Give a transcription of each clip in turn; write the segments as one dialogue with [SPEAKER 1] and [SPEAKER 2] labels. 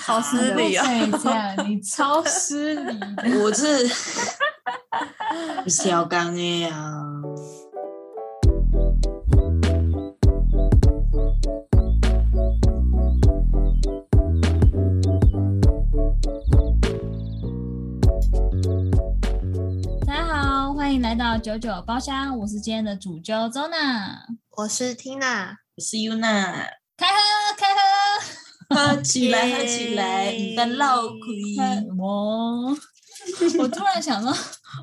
[SPEAKER 1] 好失礼啊！
[SPEAKER 2] 你这样，你超失礼的。
[SPEAKER 3] 我是小刚的啊呀。
[SPEAKER 2] 大家好，欢迎来到九九包厢，我是今天的主揪 Zona。
[SPEAKER 1] 我是 Tina，
[SPEAKER 3] 我是 Yuna，
[SPEAKER 2] 开喝，开喝
[SPEAKER 3] 喝起来，
[SPEAKER 1] 耶
[SPEAKER 3] 喝起来，你的老亏！
[SPEAKER 2] 开我我突然想到，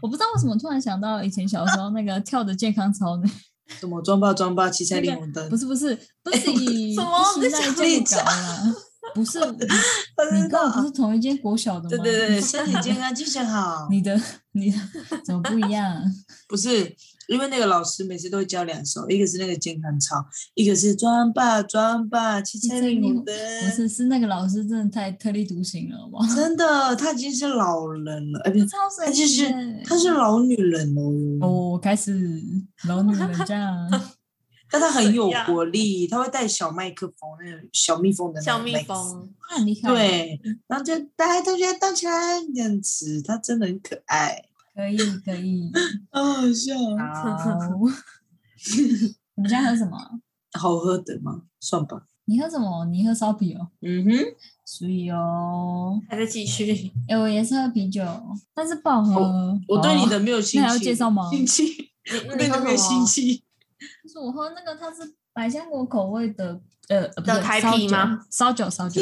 [SPEAKER 2] 我不知道为什么突然想到以前小时候那个跳的健康操呢？
[SPEAKER 3] 怎么装爆装爆，七彩霓虹灯
[SPEAKER 2] 不？是不是不是
[SPEAKER 3] 哎
[SPEAKER 2] 以
[SPEAKER 1] 什么
[SPEAKER 2] 不是在
[SPEAKER 3] 在
[SPEAKER 2] 这
[SPEAKER 3] 讲
[SPEAKER 2] 搞啦，不是你跟我不是同一间国小的 吗？
[SPEAKER 3] 对对对，身体健康，精神好。
[SPEAKER 2] 你的你的怎么不一样？
[SPEAKER 3] 不是因为那个老师每次都会教两首，一个是那个健康操，一个是装吧装吧，七彩霓虹灯。
[SPEAKER 2] 不是是那个老师真的太特立独行了，好不好？
[SPEAKER 3] 真的，她已经是老人了，哎，不是，
[SPEAKER 2] 超
[SPEAKER 3] 她
[SPEAKER 2] 神
[SPEAKER 3] 就
[SPEAKER 2] 奇
[SPEAKER 3] 是
[SPEAKER 2] 的！
[SPEAKER 3] 她是老女人哦。
[SPEAKER 2] 哦，开始老女人这样，
[SPEAKER 3] 但她很有
[SPEAKER 1] 怎样
[SPEAKER 3] 活力，她会带小麦克风，那种小蜜蜂的那
[SPEAKER 1] 小
[SPEAKER 3] 种
[SPEAKER 1] 蜜
[SPEAKER 3] 麦克风。
[SPEAKER 1] 蜂，
[SPEAKER 2] 她很厉害，，
[SPEAKER 3] 对，然后就来同学动起来这样子，他真的很可爱，
[SPEAKER 2] 可以可以，
[SPEAKER 3] 好好笑哦，
[SPEAKER 2] 好。你们家喝什么？
[SPEAKER 3] 好喝的吗？算吧，
[SPEAKER 2] 你喝什么？你喝烧啤哦，
[SPEAKER 3] 嗯哼，
[SPEAKER 2] 所以哦，
[SPEAKER 1] 还在继续。
[SPEAKER 2] 哎，我也是喝啤酒，但是不好喝。
[SPEAKER 3] 我对你
[SPEAKER 2] 哦，
[SPEAKER 3] 的没有兴
[SPEAKER 2] 那
[SPEAKER 3] 趣，
[SPEAKER 2] 还要介绍吗
[SPEAKER 3] 兴趣，
[SPEAKER 1] 你
[SPEAKER 3] 我
[SPEAKER 1] 你
[SPEAKER 3] 对你
[SPEAKER 1] 喝
[SPEAKER 3] 的
[SPEAKER 1] 什
[SPEAKER 3] 没有兴
[SPEAKER 1] 么？
[SPEAKER 3] 趣，
[SPEAKER 2] 就是我喝那个它是百香果口味的，呃，呃不
[SPEAKER 1] 的
[SPEAKER 2] 对
[SPEAKER 1] 台
[SPEAKER 2] 烧
[SPEAKER 1] 啤
[SPEAKER 2] 酒
[SPEAKER 1] 吗？
[SPEAKER 2] 烧酒，烧酒。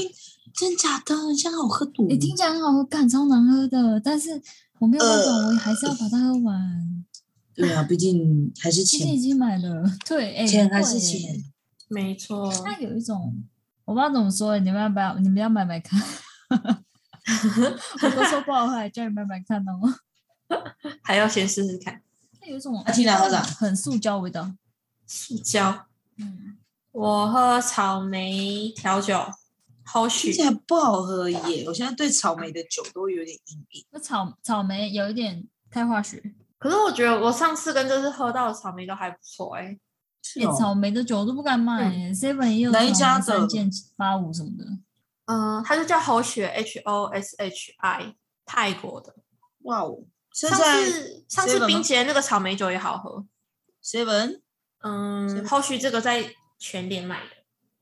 [SPEAKER 3] 真假的，这样好喝多
[SPEAKER 2] 你、听起来很好喝，干超难喝的，但是我没有办
[SPEAKER 3] 呃
[SPEAKER 2] 法，我还是要把它喝完。
[SPEAKER 3] 对啊，毕竟还是
[SPEAKER 2] 毕竟
[SPEAKER 3] 钱
[SPEAKER 2] 已，经买了，对，哎、
[SPEAKER 3] 钱还
[SPEAKER 2] 贵
[SPEAKER 3] 是
[SPEAKER 2] 欸
[SPEAKER 3] 钱，
[SPEAKER 1] 没错，
[SPEAKER 2] 它有一种我不知道怎么说、你们要不要？你们要买买看。 我都说不好喝，还叫你买买看哦。
[SPEAKER 1] 还要先试试看。
[SPEAKER 2] 它有一种
[SPEAKER 3] 啊听起来喝啥
[SPEAKER 2] 很塑胶味道。
[SPEAKER 1] 塑胶，
[SPEAKER 2] 嗯，
[SPEAKER 1] 我喝草莓调酒，后续
[SPEAKER 3] 听起来不好喝耶，我现在对草莓的酒都有点阴影，
[SPEAKER 2] 那草草莓有一点太化学，
[SPEAKER 1] 可是我觉得我上次跟这次喝到的草莓都还不错哎、
[SPEAKER 3] 是
[SPEAKER 2] 连
[SPEAKER 3] 哦，
[SPEAKER 2] 草莓的酒我都不敢买、Seven 也有
[SPEAKER 3] 哪一家的
[SPEAKER 2] 三件八五什么的，
[SPEAKER 1] 嗯、它就叫猴血 H O S H I，泰国的。
[SPEAKER 3] 哇哦，现
[SPEAKER 1] 上
[SPEAKER 3] 在
[SPEAKER 1] 次上
[SPEAKER 3] Seven
[SPEAKER 1] 次
[SPEAKER 3] 吗
[SPEAKER 1] 冰姐那个草莓酒也好喝，
[SPEAKER 3] seven，
[SPEAKER 1] 嗯，
[SPEAKER 3] Seven
[SPEAKER 1] 后续这个在全联买的，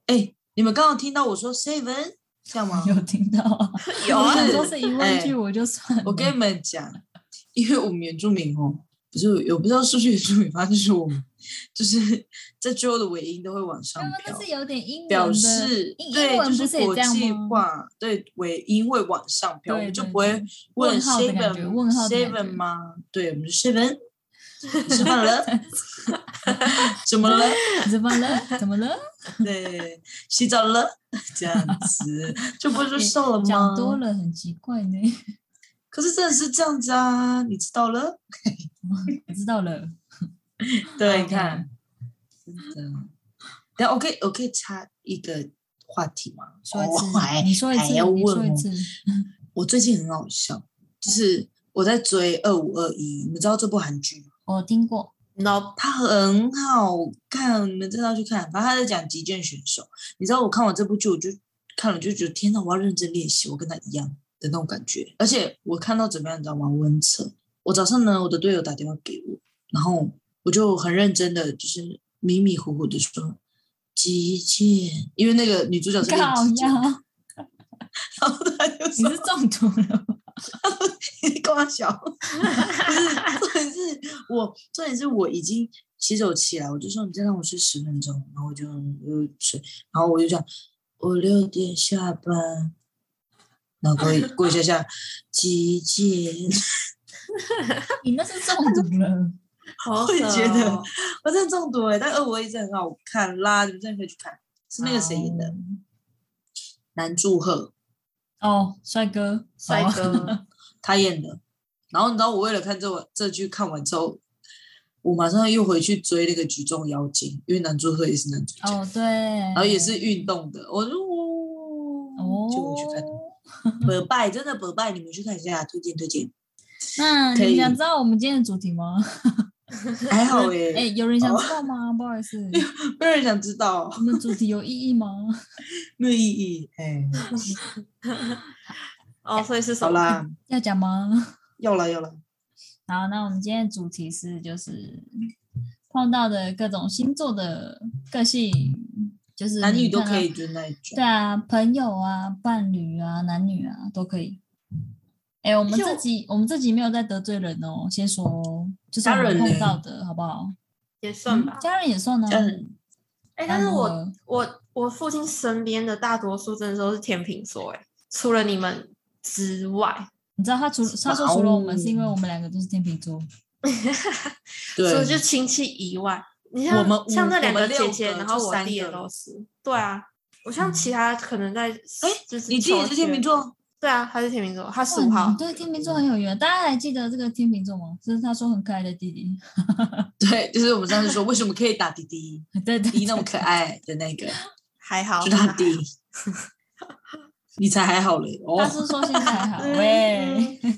[SPEAKER 3] 哎，你们刚刚听到我说 seven 这样吗？
[SPEAKER 2] 有听到 啊？
[SPEAKER 1] 有
[SPEAKER 2] 我
[SPEAKER 1] 啊，
[SPEAKER 2] 想说是疑问
[SPEAKER 3] 哎
[SPEAKER 2] 句，我就算了。
[SPEAKER 3] 我跟你们讲，因为我们原住民哦，不是我不知道数学原住民，反正就是我们，就是 在最后的尾音都会往上
[SPEAKER 2] 刚刚
[SPEAKER 3] 飘
[SPEAKER 2] 那，是有点英文的，
[SPEAKER 3] 表示
[SPEAKER 2] 英英
[SPEAKER 3] 对，
[SPEAKER 2] 文
[SPEAKER 3] 就
[SPEAKER 2] 不是也
[SPEAKER 3] 国
[SPEAKER 2] 这样
[SPEAKER 3] 际
[SPEAKER 2] 吗
[SPEAKER 3] 化，对尾音会往上飘，我
[SPEAKER 2] 对
[SPEAKER 3] 们就
[SPEAKER 2] 对
[SPEAKER 3] 不会
[SPEAKER 2] 对
[SPEAKER 3] 问
[SPEAKER 2] 问号的感觉
[SPEAKER 3] seven
[SPEAKER 2] 问号的感觉
[SPEAKER 3] seven 吗？对，我们就 seven 吃饭了， 怎么了？
[SPEAKER 2] 怎么了？怎么了？
[SPEAKER 3] 对，洗澡了， 这样子就不是瘦了吗？
[SPEAKER 2] 讲多了很奇怪呢。
[SPEAKER 3] 可是真的是这样子啊，你知道了？
[SPEAKER 2] 我知道了，
[SPEAKER 3] 对，
[SPEAKER 2] OK
[SPEAKER 3] 你看，真的。等下我可以我可以插一个话题吗？
[SPEAKER 2] 说一
[SPEAKER 3] 我哦还
[SPEAKER 2] 次，你说一
[SPEAKER 3] 还
[SPEAKER 2] 次，
[SPEAKER 3] 要
[SPEAKER 2] 你说
[SPEAKER 3] 问哦
[SPEAKER 2] 一
[SPEAKER 3] 我
[SPEAKER 2] 次。
[SPEAKER 3] 我最近很好笑，就是我在追《二五二一》，你们知道这部韩剧吗？
[SPEAKER 2] 我听过，
[SPEAKER 1] no
[SPEAKER 3] 它很好看，你们真的要去看。反正他在讲击剑选手，你知道我看完这部剧，我就看了就觉得天哪，我要认真练习，我跟他一样的那种感觉。而且我看到怎么样，你知道吗？我很扯。我早上呢，我的队友打电话给我，然后我就很认真的，就是迷迷糊糊的说击剑，因为那个女主角是
[SPEAKER 2] 靠
[SPEAKER 3] 练击剑，然
[SPEAKER 2] 呀，
[SPEAKER 3] 后他就
[SPEAKER 2] 你
[SPEAKER 3] 说
[SPEAKER 2] 是中毒了吗？
[SPEAKER 3] 你 瓜小，不是，重点是我，重点是我已经洗手起来，我就说你再让我睡十分钟，然后我就我就睡，然后我就想我六点下班，然后过一过一下下，极简，
[SPEAKER 2] 你那是中毒了，
[SPEAKER 1] 好
[SPEAKER 3] 会
[SPEAKER 1] 扯
[SPEAKER 3] 觉得
[SPEAKER 1] 哦
[SPEAKER 3] 我真的中毒哎、但二五一直很好看啦，你们真的可以去看， 是那个谁演的？南柱赫
[SPEAKER 2] 哦，帅哥，
[SPEAKER 1] 哦帅
[SPEAKER 2] 好 啊，
[SPEAKER 1] 哥，
[SPEAKER 3] 他演的，然后你知道我为了看这完这剧看完之后。我马上又回去追那个举重妖精，因为男主赫也是男主角。
[SPEAKER 2] 哦对，然
[SPEAKER 3] 然后也是运动的，我就哦
[SPEAKER 2] 哦，，
[SPEAKER 3] 就我去看。不拜真的不拜，你们去看一下，推荐推荐。
[SPEAKER 2] 那
[SPEAKER 3] 可以
[SPEAKER 2] 你想知道我们今天的主题吗？
[SPEAKER 3] 还好
[SPEAKER 2] 哎、
[SPEAKER 3] 哎，
[SPEAKER 2] 有人想知道吗？不好意思，
[SPEAKER 3] 没有人想知道
[SPEAKER 2] 我，们主题有意义吗？
[SPEAKER 3] 没有意义。哎，
[SPEAKER 1] 哦，所以是什
[SPEAKER 3] 好
[SPEAKER 1] 么？
[SPEAKER 3] 啦，
[SPEAKER 2] 要讲吗？
[SPEAKER 3] 要了要了，
[SPEAKER 2] 好，那我们今天的主题是就是碰到的各种星座的个性，就是
[SPEAKER 3] 男
[SPEAKER 2] 你
[SPEAKER 3] 女都
[SPEAKER 2] 看到啊
[SPEAKER 3] 可以，就那一种。
[SPEAKER 2] 对啊，朋友啊、伴侣啊、男女啊都可以。哎、我们
[SPEAKER 1] 就
[SPEAKER 2] 自己我们自己没有在得罪人哦，先说哦，就是我
[SPEAKER 3] 家
[SPEAKER 2] 们
[SPEAKER 3] 人
[SPEAKER 2] 碰
[SPEAKER 3] 呢
[SPEAKER 2] 到的好不好？
[SPEAKER 1] 也算吧
[SPEAKER 2] 嗯。家人也算啊。
[SPEAKER 3] 家人
[SPEAKER 1] 哎、
[SPEAKER 2] 然
[SPEAKER 1] 但是
[SPEAKER 2] 后
[SPEAKER 1] 我
[SPEAKER 2] 呢
[SPEAKER 1] 我我父亲身边的大多数真的都是天秤座，哎，除了你们之外，
[SPEAKER 2] 你知道他除他说
[SPEAKER 3] 哇哦
[SPEAKER 2] 除了我们是因为我们两个都是天秤座，
[SPEAKER 1] 除
[SPEAKER 3] 对
[SPEAKER 1] 了，就亲戚以外，你像
[SPEAKER 3] 我们五
[SPEAKER 1] 像那两
[SPEAKER 3] 我们六
[SPEAKER 1] 姐姐，
[SPEAKER 3] 个
[SPEAKER 1] 然后
[SPEAKER 3] 就
[SPEAKER 1] 我
[SPEAKER 3] 三
[SPEAKER 1] 弟也
[SPEAKER 3] 个嗯
[SPEAKER 1] 都是，对啊，我像其他可能在，哎就是
[SPEAKER 3] 你弟也是
[SPEAKER 1] 求
[SPEAKER 3] 天
[SPEAKER 1] 学
[SPEAKER 3] 秤，座，嗯
[SPEAKER 1] 对啊，他是天秤座，他十
[SPEAKER 2] 哇
[SPEAKER 1] 五
[SPEAKER 2] 你
[SPEAKER 1] 号，
[SPEAKER 2] 对天秤座很有缘。大家还记得这个天秤座吗？就是他说很可爱的弟弟，
[SPEAKER 3] 对，就是我们上次说为什么可以打滴滴，
[SPEAKER 2] 对对
[SPEAKER 3] 滴滴那么
[SPEAKER 2] 对，
[SPEAKER 3] 可爱的那个，
[SPEAKER 1] 还好，
[SPEAKER 3] 就是他
[SPEAKER 1] 还好
[SPEAKER 3] 弟。你才还好嘞，哦
[SPEAKER 2] 他，是说现在还
[SPEAKER 3] 啊
[SPEAKER 2] 好
[SPEAKER 1] 嗯
[SPEAKER 2] 喂。
[SPEAKER 1] 嗯
[SPEAKER 3] 说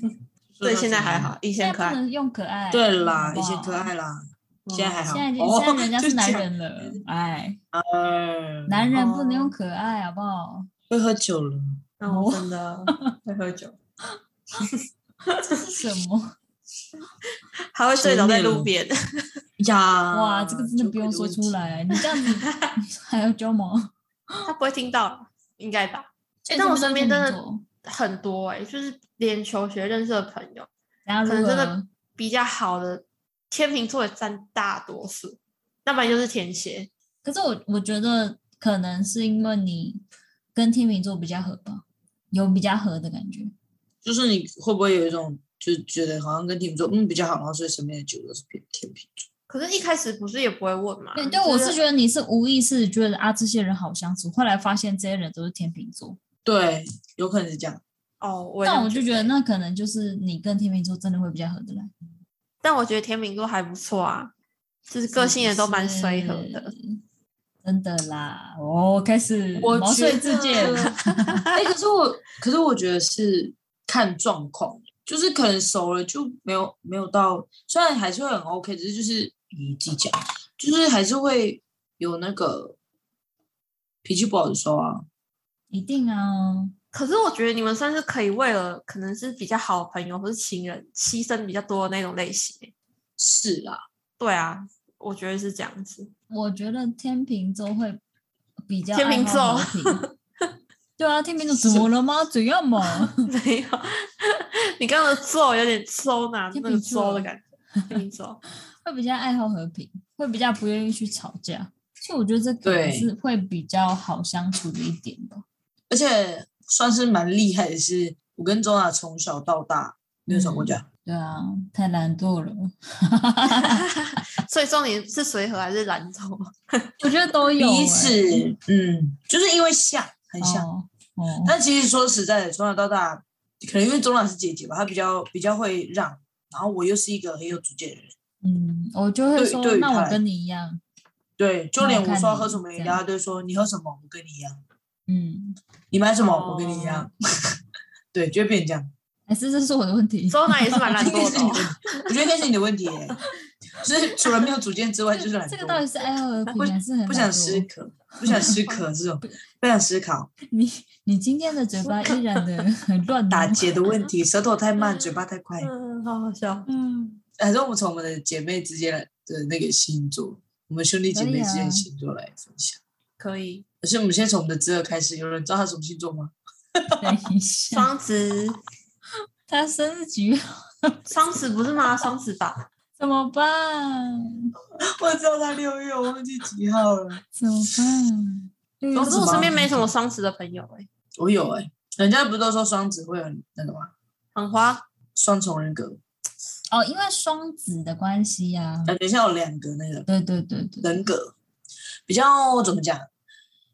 [SPEAKER 1] 对，
[SPEAKER 3] 到
[SPEAKER 1] 现在
[SPEAKER 3] 这
[SPEAKER 1] 还
[SPEAKER 3] 个
[SPEAKER 1] 好，以
[SPEAKER 2] 现
[SPEAKER 1] 前
[SPEAKER 2] 在
[SPEAKER 1] 可爱，
[SPEAKER 2] 不能用可爱。
[SPEAKER 3] 对啦，
[SPEAKER 2] 好不
[SPEAKER 3] 以
[SPEAKER 2] 好
[SPEAKER 3] 前可爱啦，现在还好。
[SPEAKER 2] 嗯现在已经
[SPEAKER 3] 哦
[SPEAKER 2] 现在人家
[SPEAKER 3] 就是
[SPEAKER 2] 男
[SPEAKER 3] 讲
[SPEAKER 2] 人了，哎，
[SPEAKER 3] 呃
[SPEAKER 2] 男人不能
[SPEAKER 1] 哦
[SPEAKER 2] 用可爱，好不 好？
[SPEAKER 3] 会喝酒了，
[SPEAKER 1] 嗯我
[SPEAKER 2] 哦
[SPEAKER 1] 真 的会喝酒，
[SPEAKER 2] 这是什么？
[SPEAKER 1] 还会睡
[SPEAKER 3] 失
[SPEAKER 1] 倒在
[SPEAKER 3] 恋
[SPEAKER 1] 路
[SPEAKER 3] 了
[SPEAKER 1] 边， 嗯
[SPEAKER 3] 呀，
[SPEAKER 2] 哇，这个真的不用说出来，你这 样子还要教吗？
[SPEAKER 1] 他不会听到，应该吧？
[SPEAKER 2] 哎
[SPEAKER 1] 但我身边真的很多哎、就是连求学认识的朋友，
[SPEAKER 2] 然后
[SPEAKER 1] 可
[SPEAKER 2] 啊如
[SPEAKER 1] 能真
[SPEAKER 2] 果
[SPEAKER 1] 的比较好的天秤座也占大多数，那不然就是天蝎。
[SPEAKER 2] 可是我我觉得可能是因为你跟天秤座比较合吧，有比较合的感觉。
[SPEAKER 3] 就是你会不会有一种就觉得好像跟天秤座嗯比较好，然后所以身边的酒都是偏天秤座，
[SPEAKER 1] 可是，一开始不是也不会问嘛？
[SPEAKER 2] 对，
[SPEAKER 1] 啊就
[SPEAKER 2] 对，我是觉得你是无意识觉得啊，这些人好相处，后来发现这些人都是天秤座。
[SPEAKER 3] 对，有可能是这样。
[SPEAKER 1] 哦，我也这
[SPEAKER 2] 但
[SPEAKER 1] 样
[SPEAKER 2] 我就觉得
[SPEAKER 1] 欸，
[SPEAKER 2] 那可能就是你跟天秤座真的会比较合得来，
[SPEAKER 1] 但我觉得天秤座还不错啊，就是个性也都蛮随和的。
[SPEAKER 2] 是。真的啦，哦，开始
[SPEAKER 3] 我
[SPEAKER 2] 毛
[SPEAKER 3] 觉
[SPEAKER 2] 遂自荐啊
[SPEAKER 3] 得， 哎、可是我可是我觉得是看状况，就是可能熟了就没有没有到，虽然还是会很 OK，只是就是你自己讲，就是还是会有那个脾气不好的时候啊。
[SPEAKER 2] 一定啊，
[SPEAKER 1] 可是我觉得你们算是可以为了可能是比较好的朋友或是情人牺牲比较多的那种类型欸。
[SPEAKER 3] 是啊，
[SPEAKER 1] 对啊，我觉得是这样子。
[SPEAKER 2] 我觉得天秤座会比较
[SPEAKER 1] 天秤座
[SPEAKER 2] 爱好和 平对啊，天秤座怎么了吗？怎样嘛？
[SPEAKER 1] 没有，你刚刚的皱有点抽拿那
[SPEAKER 2] 天
[SPEAKER 1] 个
[SPEAKER 2] 秤座
[SPEAKER 1] 皱的感觉，天秤座。
[SPEAKER 2] 会比较爱好和平，会比较不愿意去吵架，所以我觉得这可能
[SPEAKER 3] 对
[SPEAKER 2] 是会比较好相处的一点吧。
[SPEAKER 3] 而且算是蛮厉害的是，我跟周娜从小到大没有吵过架，
[SPEAKER 2] 对啊，太懒惰了，
[SPEAKER 1] 所以重点是随和还是兰州？
[SPEAKER 2] 我觉得都有、欸、
[SPEAKER 3] 彼此嗯，就是因为像很像。
[SPEAKER 2] 哦哦，
[SPEAKER 3] 但其实说实在的，从小到大，可能因为周娜是姐姐吧，她比较比较会让，然后我又是一个很有主见的人，
[SPEAKER 2] 嗯，我就会
[SPEAKER 3] 对
[SPEAKER 2] 说
[SPEAKER 3] 对，于
[SPEAKER 2] 那
[SPEAKER 3] 他
[SPEAKER 2] 我
[SPEAKER 3] 来
[SPEAKER 2] 跟你一样，
[SPEAKER 3] 对，就连
[SPEAKER 2] 那我看
[SPEAKER 3] 我说要
[SPEAKER 2] 你
[SPEAKER 3] 喝什么饮
[SPEAKER 2] 这
[SPEAKER 3] 料，
[SPEAKER 2] 样
[SPEAKER 3] 她都会说你喝什么，我跟你一样；
[SPEAKER 2] 嗯，
[SPEAKER 3] 你买什么，
[SPEAKER 1] 哦
[SPEAKER 3] 我跟你一样。 对，就会变成这样。
[SPEAKER 2] 还是这是我的问题。
[SPEAKER 1] 周娜也是蛮懒
[SPEAKER 3] 这个
[SPEAKER 1] 惰
[SPEAKER 3] 是你
[SPEAKER 1] 的、哦
[SPEAKER 3] 的，我觉得应该是你的问题耶，就是除了没有主见之外，就是懒
[SPEAKER 2] 这个
[SPEAKER 3] 惰
[SPEAKER 2] 到底是爱好和平还是很
[SPEAKER 3] 不
[SPEAKER 2] 懒
[SPEAKER 3] 想
[SPEAKER 2] 惰
[SPEAKER 3] 思考，不想思考这种，不想思考，
[SPEAKER 2] 你你今天的嘴巴依 然的很乱哦
[SPEAKER 3] 打结的问题，舌头太慢，嘴巴太快。
[SPEAKER 1] 嗯，好好笑。
[SPEAKER 2] 嗯，
[SPEAKER 3] 还是我们从我们的姐妹之间的那个星座，我们兄弟姐妹之间的星座来分享。
[SPEAKER 1] 可以，
[SPEAKER 3] 而且我们先从我们的侄儿开始，有人知道他什么星座吗？
[SPEAKER 2] 等一
[SPEAKER 3] 嗯
[SPEAKER 2] 下，
[SPEAKER 1] 双子，
[SPEAKER 2] 他生日局
[SPEAKER 1] 双子不是吗？双子吧，
[SPEAKER 2] 怎么办？
[SPEAKER 3] 我知道他六月，我忘记几号了。
[SPEAKER 2] 怎么办？
[SPEAKER 1] 可
[SPEAKER 3] 双子
[SPEAKER 1] 是我
[SPEAKER 3] 吗
[SPEAKER 1] 身边没什么双子的朋友哎、
[SPEAKER 3] 我有哎、人家不是都说双子会有那个吗？
[SPEAKER 1] 很花
[SPEAKER 3] 双重人格。
[SPEAKER 2] 哦，因为双子的关系呀、
[SPEAKER 3] 呃，等一下有两个那个
[SPEAKER 2] 对对对对，
[SPEAKER 3] 人格，比较怎么讲，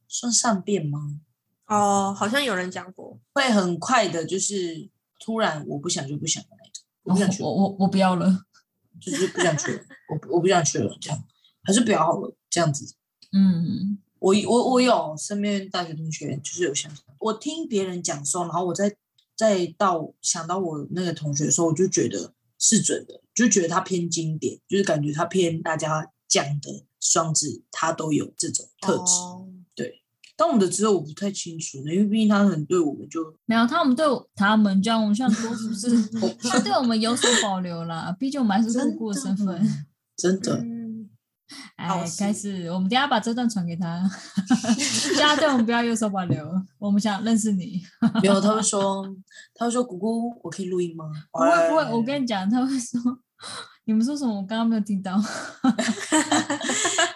[SPEAKER 3] 算善变吗？
[SPEAKER 1] 哦，好像有人讲过，
[SPEAKER 3] 会很快的，就是突然我不想就不想的那种，我
[SPEAKER 2] 哦
[SPEAKER 3] 不想去了，
[SPEAKER 2] 我我我不要了，
[SPEAKER 3] 就是不想去了，我不我不想去了，这样还是不要好了，这样子。
[SPEAKER 2] 嗯，
[SPEAKER 3] 我我我有身边大学同学就是有想，我听别人讲说，然后我再再到想到我那个同学的时候，我就觉得是准的，就觉得它偏经典，就是感觉它偏大家讲的双子，它都有这种特质。
[SPEAKER 1] 哦
[SPEAKER 3] 但我们的之后我不太清楚呢，因为毕竟他可能对我们就
[SPEAKER 2] 没有，他们对我他们这样，我们像多是不是？ 他对我们有所保留啦，毕竟我们还是无辜的身份。
[SPEAKER 3] 真的、
[SPEAKER 1] 嗯
[SPEAKER 2] 哎
[SPEAKER 3] 好，事
[SPEAKER 2] 开始，我们等一下把这段传给 他，大家对我们不要有所保留，我们想认识你。
[SPEAKER 3] 没有。他会说，他会说，姑姑，我可以录音吗？
[SPEAKER 2] 不会不会，我跟你讲，他会说你们说什么？我刚刚没有听到，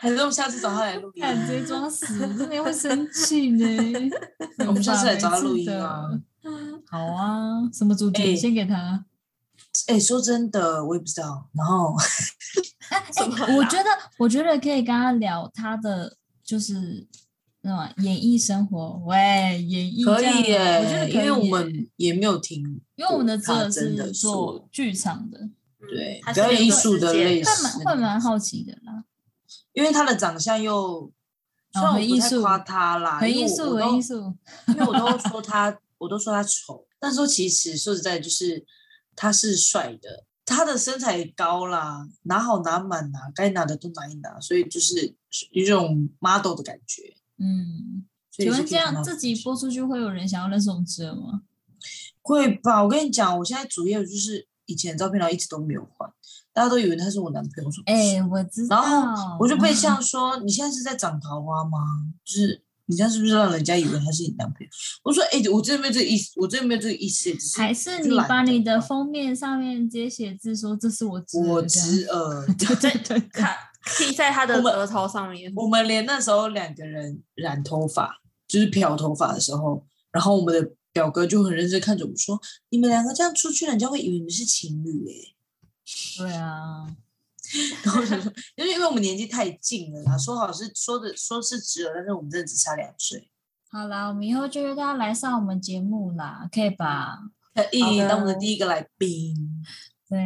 [SPEAKER 3] 还是我们下次找他来录音。
[SPEAKER 2] 看直接装死，真的会生气呢。
[SPEAKER 3] 我们下次来找他
[SPEAKER 2] 每次
[SPEAKER 3] 录音
[SPEAKER 2] 的
[SPEAKER 3] 啊。
[SPEAKER 1] 嗯
[SPEAKER 2] 好啊，什么主题？
[SPEAKER 3] 哎
[SPEAKER 2] 先给他。
[SPEAKER 3] 哎、说真的，我也不知道。然后
[SPEAKER 2] 哎、
[SPEAKER 1] 什么
[SPEAKER 2] 我
[SPEAKER 3] 啊
[SPEAKER 1] 啦
[SPEAKER 2] 觉得，我觉得可以跟他聊他的就是那种演艺生活。喂，演艺
[SPEAKER 3] 可
[SPEAKER 2] 这样啊
[SPEAKER 3] 以耶、
[SPEAKER 2] 我觉得可以
[SPEAKER 3] 因为我
[SPEAKER 2] 耶
[SPEAKER 3] 们也没有听，
[SPEAKER 2] 因为我们的职
[SPEAKER 3] 他
[SPEAKER 2] 责
[SPEAKER 3] 真
[SPEAKER 2] 是
[SPEAKER 3] 的
[SPEAKER 2] 做
[SPEAKER 3] 说，
[SPEAKER 2] 剧场的，嗯
[SPEAKER 3] 对
[SPEAKER 1] 他是
[SPEAKER 3] 表演
[SPEAKER 1] 没
[SPEAKER 3] 艺
[SPEAKER 1] 有
[SPEAKER 3] 术的
[SPEAKER 1] 时间
[SPEAKER 3] 类
[SPEAKER 1] 的
[SPEAKER 2] 会蛮
[SPEAKER 3] 型，
[SPEAKER 2] 会蛮好奇的啦。
[SPEAKER 3] 因为他的长相又，虽
[SPEAKER 2] 哦
[SPEAKER 3] 然我
[SPEAKER 2] 很艺
[SPEAKER 3] 不太
[SPEAKER 2] 术
[SPEAKER 3] 夸他啦，
[SPEAKER 2] 很
[SPEAKER 3] 因为
[SPEAKER 2] 艺
[SPEAKER 3] 我
[SPEAKER 2] 术，
[SPEAKER 3] 我
[SPEAKER 2] 很
[SPEAKER 3] 都
[SPEAKER 2] 艺术，
[SPEAKER 3] 因为我都说他，我都说他丑，但说其实说实在，就是他是帅的，他的身材高啦，拿好拿满啦，该拿的都拿一拿，所以就是一种 model 的感觉。
[SPEAKER 2] 嗯。
[SPEAKER 3] 所以
[SPEAKER 2] 请
[SPEAKER 3] 是
[SPEAKER 2] 问
[SPEAKER 3] 可以
[SPEAKER 2] 这
[SPEAKER 3] 看
[SPEAKER 2] 样
[SPEAKER 3] 到
[SPEAKER 2] 自己播出去会有人想要认识我们职责吗？
[SPEAKER 3] 会吧？我跟你讲，我现在主页就是以前的照片，然后一直都没有换，大家都以为他是我男朋友，我说不
[SPEAKER 2] 哎、
[SPEAKER 3] 是
[SPEAKER 2] 我知道
[SPEAKER 3] 然，
[SPEAKER 2] 哦
[SPEAKER 3] 后我就被这样说，你现在是在长桃花吗？就是。你这样是不是让人家以为他是你男朋友？我说，哎、我真的没有这个意思，我真的没有这个意思，只是
[SPEAKER 2] 还是
[SPEAKER 3] 就
[SPEAKER 2] 你
[SPEAKER 3] 懒
[SPEAKER 2] 把
[SPEAKER 3] 得
[SPEAKER 2] 你的
[SPEAKER 3] 换
[SPEAKER 2] 封面上面直接写字说这是我侄儿
[SPEAKER 3] 我呃
[SPEAKER 2] 这样
[SPEAKER 3] 侄儿，
[SPEAKER 2] 对对对，
[SPEAKER 1] 卡披在他的
[SPEAKER 3] 我们
[SPEAKER 1] 额头上面。
[SPEAKER 3] 我们连那时候两个人染头发，就是漂头发的时候，然后我们的表哥就很认真看着我们说：“你们两个这样出去，人家会以为你们是情侣诶、
[SPEAKER 2] 对啊，
[SPEAKER 3] 然后我想说， 就是因为我们年纪太近了啦，说好是说的说是侄儿，但是我们真的只差两岁，
[SPEAKER 2] 好啦，我们以后就约大家来上我们节目啦，可以吧？
[SPEAKER 3] 可以
[SPEAKER 1] 的
[SPEAKER 3] 当我们的呃第一个来宾。
[SPEAKER 2] 对，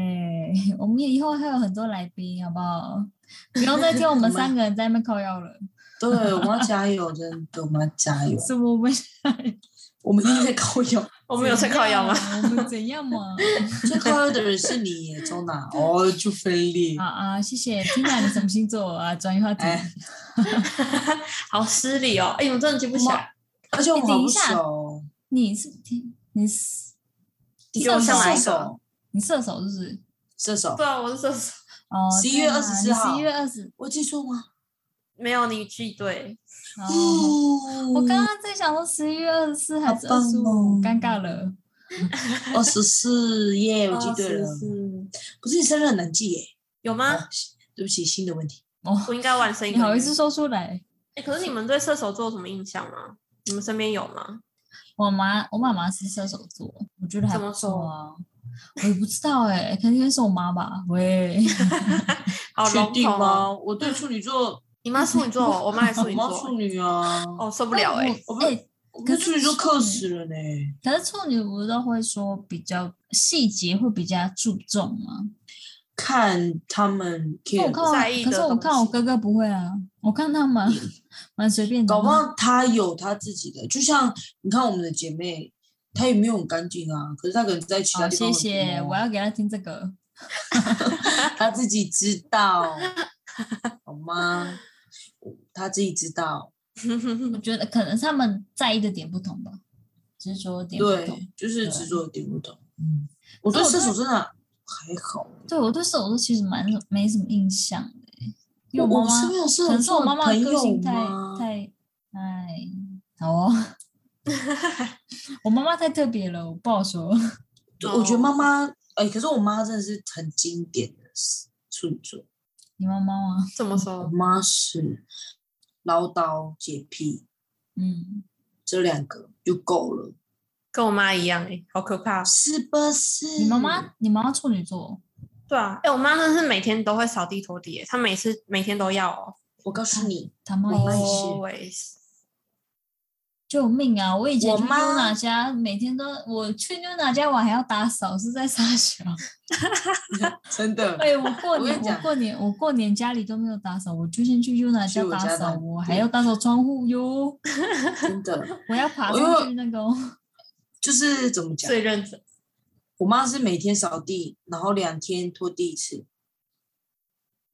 [SPEAKER 2] 我们以后会有很多来宾，好不好？不用再听我
[SPEAKER 3] 我
[SPEAKER 2] 们
[SPEAKER 3] 们
[SPEAKER 2] 三个人在那边靠腰了，
[SPEAKER 3] 对，我们要加油，真的，我们要加油。
[SPEAKER 2] 是我们
[SPEAKER 3] 我们一定在高腰，
[SPEAKER 1] 我们有在靠腰吗？？
[SPEAKER 2] 我们怎样嘛？
[SPEAKER 3] 最高腰的人是你耶，周娜。哦，就分裂
[SPEAKER 2] 好。啊，谢谢。听到你什么星座啊？转移话题。
[SPEAKER 3] 哎
[SPEAKER 1] 好失礼哦！哎、我真的记不起来，
[SPEAKER 3] 而且我们好
[SPEAKER 2] 等一
[SPEAKER 3] 不
[SPEAKER 2] 下
[SPEAKER 3] 熟，
[SPEAKER 2] 你是天，你是
[SPEAKER 1] 又上来
[SPEAKER 3] 射
[SPEAKER 1] 一个
[SPEAKER 3] 手。
[SPEAKER 2] 你射手是不是？
[SPEAKER 3] 射手
[SPEAKER 1] 对，啊，我是射手，
[SPEAKER 2] 哦，
[SPEAKER 3] 11
[SPEAKER 2] 对
[SPEAKER 3] 月
[SPEAKER 2] 啦
[SPEAKER 3] 24
[SPEAKER 2] 你
[SPEAKER 3] 号
[SPEAKER 2] 11月二十。
[SPEAKER 3] 我记错吗？
[SPEAKER 1] 没有你记对，
[SPEAKER 2] 哦，
[SPEAKER 3] 哦
[SPEAKER 2] 我刚刚在想说十一月二十四还是
[SPEAKER 3] 好
[SPEAKER 2] 二
[SPEAKER 3] 棒
[SPEAKER 2] 十
[SPEAKER 3] 哦
[SPEAKER 2] 五，尴尬了。
[SPEAKER 3] 二十四耶，我记对
[SPEAKER 1] 哦
[SPEAKER 3] 了。
[SPEAKER 1] 24
[SPEAKER 3] 不是你生日很难记耶。
[SPEAKER 1] 有吗？
[SPEAKER 3] 啊对不起，新的问题。
[SPEAKER 2] 哦，
[SPEAKER 1] 我应该晚生一
[SPEAKER 2] 你
[SPEAKER 1] 个月。
[SPEAKER 2] 好意思说出来？
[SPEAKER 1] 哎、可是你们对射手座有什么印象吗？你们身边有吗？
[SPEAKER 2] 我妈，我妈妈是射手座，我觉得还
[SPEAKER 1] 怎么
[SPEAKER 2] 不错啊。我也不知道哎、肯定是我妈吧。喂，
[SPEAKER 1] 好笼
[SPEAKER 3] 确定
[SPEAKER 1] 统
[SPEAKER 3] 吗？
[SPEAKER 1] 哦。
[SPEAKER 3] 我对处女座，
[SPEAKER 1] 你妈处女座，哦我妈也
[SPEAKER 3] 我
[SPEAKER 1] 处女
[SPEAKER 3] 妈处
[SPEAKER 1] 座。
[SPEAKER 3] 女啊。
[SPEAKER 1] 哦，受不了哎、
[SPEAKER 2] 我
[SPEAKER 3] 我
[SPEAKER 2] 哎、
[SPEAKER 3] 我
[SPEAKER 2] 可
[SPEAKER 3] 对
[SPEAKER 2] 是
[SPEAKER 3] 处女座
[SPEAKER 2] 处
[SPEAKER 3] 克
[SPEAKER 2] 女
[SPEAKER 3] 死了呢。
[SPEAKER 2] 可是处女不是都会说比较细节会比较注重吗？
[SPEAKER 3] 看他们
[SPEAKER 2] 可
[SPEAKER 3] care，
[SPEAKER 2] 我看我，
[SPEAKER 1] 在意
[SPEAKER 2] 可
[SPEAKER 1] 的
[SPEAKER 2] 是我看我
[SPEAKER 1] 东西嗯
[SPEAKER 2] 哥哥不会啊，我看他蛮蛮随便的。啊
[SPEAKER 3] 搞不好他有他自己的，就像你看我们的姐妹，她也没有很干净啊，可是她可能在其他
[SPEAKER 2] 好，
[SPEAKER 3] 地方
[SPEAKER 2] 谢
[SPEAKER 3] 很多啊。
[SPEAKER 2] 谢，我要给他听这个。
[SPEAKER 3] 他自己知 道，好吗？他自己知道，
[SPEAKER 2] 我觉得可能是他们在意的点不同吧，执着点不同。
[SPEAKER 3] 对，就是
[SPEAKER 2] 对
[SPEAKER 3] 执着点不同。嗯，我对
[SPEAKER 2] 所以
[SPEAKER 3] 射
[SPEAKER 2] 我
[SPEAKER 3] 手真的还好，
[SPEAKER 2] 对我对射手座其实蛮没什么印象的欸，因
[SPEAKER 3] 我
[SPEAKER 2] 为妈
[SPEAKER 3] 我
[SPEAKER 2] 妈
[SPEAKER 3] 身边有射
[SPEAKER 2] 可能
[SPEAKER 3] 手
[SPEAKER 2] 是我
[SPEAKER 3] 座
[SPEAKER 2] 妈
[SPEAKER 3] 的
[SPEAKER 2] 妈的
[SPEAKER 3] 朋
[SPEAKER 2] 个
[SPEAKER 3] 友
[SPEAKER 2] 性太
[SPEAKER 3] 吗？
[SPEAKER 2] 太太 好哦，我妈妈太特别了，我不好说。
[SPEAKER 3] 对我觉
[SPEAKER 2] 哦
[SPEAKER 3] 得妈妈，哎，可是我妈真的是很经典的处女座，
[SPEAKER 2] 你妈妈吗？
[SPEAKER 1] 怎么
[SPEAKER 3] 我
[SPEAKER 1] 说？
[SPEAKER 3] 妈是唠叨、洁癖
[SPEAKER 2] 嗯，
[SPEAKER 3] 这两个就够了，
[SPEAKER 1] 跟我妈一样哎、好可怕。
[SPEAKER 3] 是不是？
[SPEAKER 2] 你妈妈，你妈妈处女座，
[SPEAKER 1] 对啊，哎、我妈真的是每天都会扫地拖地、欸，她每次每天都要哦。
[SPEAKER 3] 我告诉 你，
[SPEAKER 2] 他妈
[SPEAKER 3] 我妈也
[SPEAKER 2] 也
[SPEAKER 3] 是
[SPEAKER 2] 是。
[SPEAKER 1] Always，
[SPEAKER 2] 救命啊！我以前
[SPEAKER 3] 我
[SPEAKER 2] 去妞
[SPEAKER 3] 妈
[SPEAKER 2] 娜家，每天都我去妞娜家，我还要打扫，是在撒 小。
[SPEAKER 3] 真的，
[SPEAKER 2] 哎，我过
[SPEAKER 3] 我跟
[SPEAKER 2] 年，
[SPEAKER 3] 你
[SPEAKER 2] 我
[SPEAKER 3] 讲
[SPEAKER 2] 过年，我过年家里都没有打扫，我就先去妞娜
[SPEAKER 3] 去
[SPEAKER 2] 家
[SPEAKER 3] 我
[SPEAKER 2] 打
[SPEAKER 3] 家
[SPEAKER 2] 扫，
[SPEAKER 3] 打
[SPEAKER 2] 我
[SPEAKER 3] 对
[SPEAKER 2] 还要打扫窗户哟。
[SPEAKER 3] 真的
[SPEAKER 2] 我要爬
[SPEAKER 3] 我因为
[SPEAKER 2] 上去那个哦，
[SPEAKER 3] 就是怎么讲？
[SPEAKER 1] 最认真。
[SPEAKER 3] 我妈是每天扫地，然后两天拖地一次。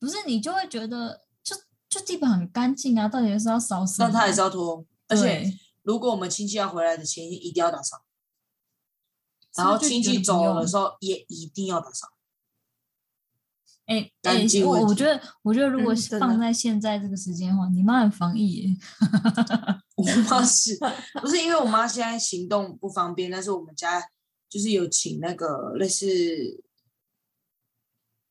[SPEAKER 2] 不是你就会觉得就就地板很干净啊，到底是要扫什么？
[SPEAKER 3] 但他还是要拖，而且
[SPEAKER 2] 嗯对
[SPEAKER 3] 如果我们亲戚要回来的前一天一定要打扫，
[SPEAKER 2] 是
[SPEAKER 3] 然后
[SPEAKER 2] 不是就
[SPEAKER 3] 亲
[SPEAKER 2] 觉得
[SPEAKER 3] 戚
[SPEAKER 2] 不
[SPEAKER 3] 走
[SPEAKER 2] 用
[SPEAKER 3] 的时候也一定要打扫。
[SPEAKER 2] 哎、
[SPEAKER 3] 干
[SPEAKER 2] 哎、
[SPEAKER 3] 净
[SPEAKER 2] 我
[SPEAKER 3] 问题
[SPEAKER 2] 我觉得，我觉得如果
[SPEAKER 1] 嗯真的
[SPEAKER 2] 放在现在这个时间的话，你妈很防疫耶。
[SPEAKER 3] 我妈是， 不是因为我妈现在行动不方便，但是我们家就是有请那个类似，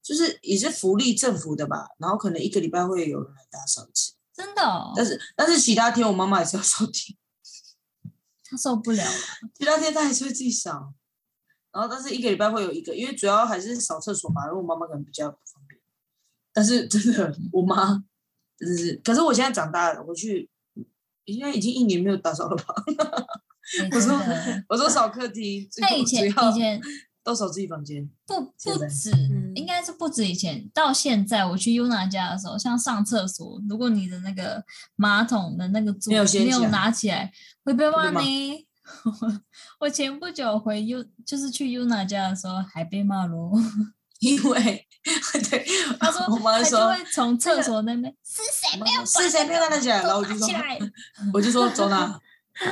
[SPEAKER 3] 就是也是福利政府的吧，然后可能一个礼拜会有人来打扫一次，
[SPEAKER 2] 真的、哦，
[SPEAKER 3] 但是但是其他天我妈妈还是要扫地，
[SPEAKER 2] 她受不了了。哎
[SPEAKER 3] 其他天她还是会自己扫，然后但是一个礼拜会有一个，因为主要还是扫厕所嘛，因为我妈妈可能比较不方便，但是真的我妈真的是，可是我现在长大了，我去应该已经一年没有打扫了吧。
[SPEAKER 2] 哎
[SPEAKER 3] 我
[SPEAKER 2] 真
[SPEAKER 3] 说
[SPEAKER 2] 的，
[SPEAKER 3] 我说扫课题，最
[SPEAKER 2] 但
[SPEAKER 3] 后
[SPEAKER 2] 以前
[SPEAKER 3] 主要
[SPEAKER 2] 以前
[SPEAKER 3] 都扫自己房间，
[SPEAKER 2] 不
[SPEAKER 3] 现
[SPEAKER 2] 不
[SPEAKER 3] 在
[SPEAKER 2] 止，
[SPEAKER 1] 嗯
[SPEAKER 2] 应该是不止以前到现在，我去 UNA 家的时候，像上厕所，如果你的那个马桶的那个座
[SPEAKER 3] 没有掀
[SPEAKER 2] 没有
[SPEAKER 3] 起来
[SPEAKER 2] 拿起来，会被骂
[SPEAKER 3] 会被骂
[SPEAKER 2] 呢。 我前不久回 U 就是去 UNA 家的时候还被骂咯，
[SPEAKER 3] 因为对，
[SPEAKER 2] 他说
[SPEAKER 3] 我妈
[SPEAKER 2] 他就
[SPEAKER 3] 说
[SPEAKER 2] 会从
[SPEAKER 3] 那
[SPEAKER 2] 厕
[SPEAKER 3] 个
[SPEAKER 2] 所那边是谁没有把
[SPEAKER 3] 是谁没有拿起来，然后我
[SPEAKER 2] 都
[SPEAKER 3] 就
[SPEAKER 2] 拿
[SPEAKER 3] 说
[SPEAKER 2] 起，来，
[SPEAKER 3] 我就说走哪，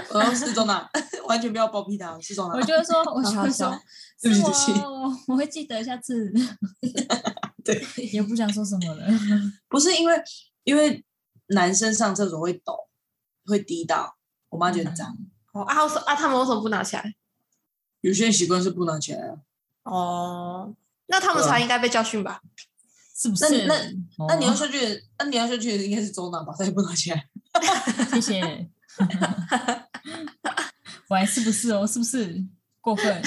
[SPEAKER 3] 我说是走哪， 完全不要包庇他，是走哪
[SPEAKER 2] 我，就 会说，我就
[SPEAKER 1] 好
[SPEAKER 2] 会
[SPEAKER 1] 笑
[SPEAKER 2] 说，是
[SPEAKER 3] 对不
[SPEAKER 2] 我
[SPEAKER 3] 起
[SPEAKER 2] 我我会记得下次。
[SPEAKER 3] 对，
[SPEAKER 2] 也不想说什么了。
[SPEAKER 3] 不是因为因为男生上厕所会抖，会滴到，我妈觉得很脏，
[SPEAKER 1] 哦啊，我说啊，他们为什么不拿起来？
[SPEAKER 3] 有些人习惯是不拿起来啊，
[SPEAKER 1] 哦，那他们
[SPEAKER 3] 对啊
[SPEAKER 1] 才应该被教训吧？
[SPEAKER 2] 是不
[SPEAKER 3] 那你
[SPEAKER 2] 是？那
[SPEAKER 3] 那你要下去的，那你要下去的应该是走哪吧，他也不拿起来，
[SPEAKER 2] 谢谢。喂，是不是哦？是不是过分？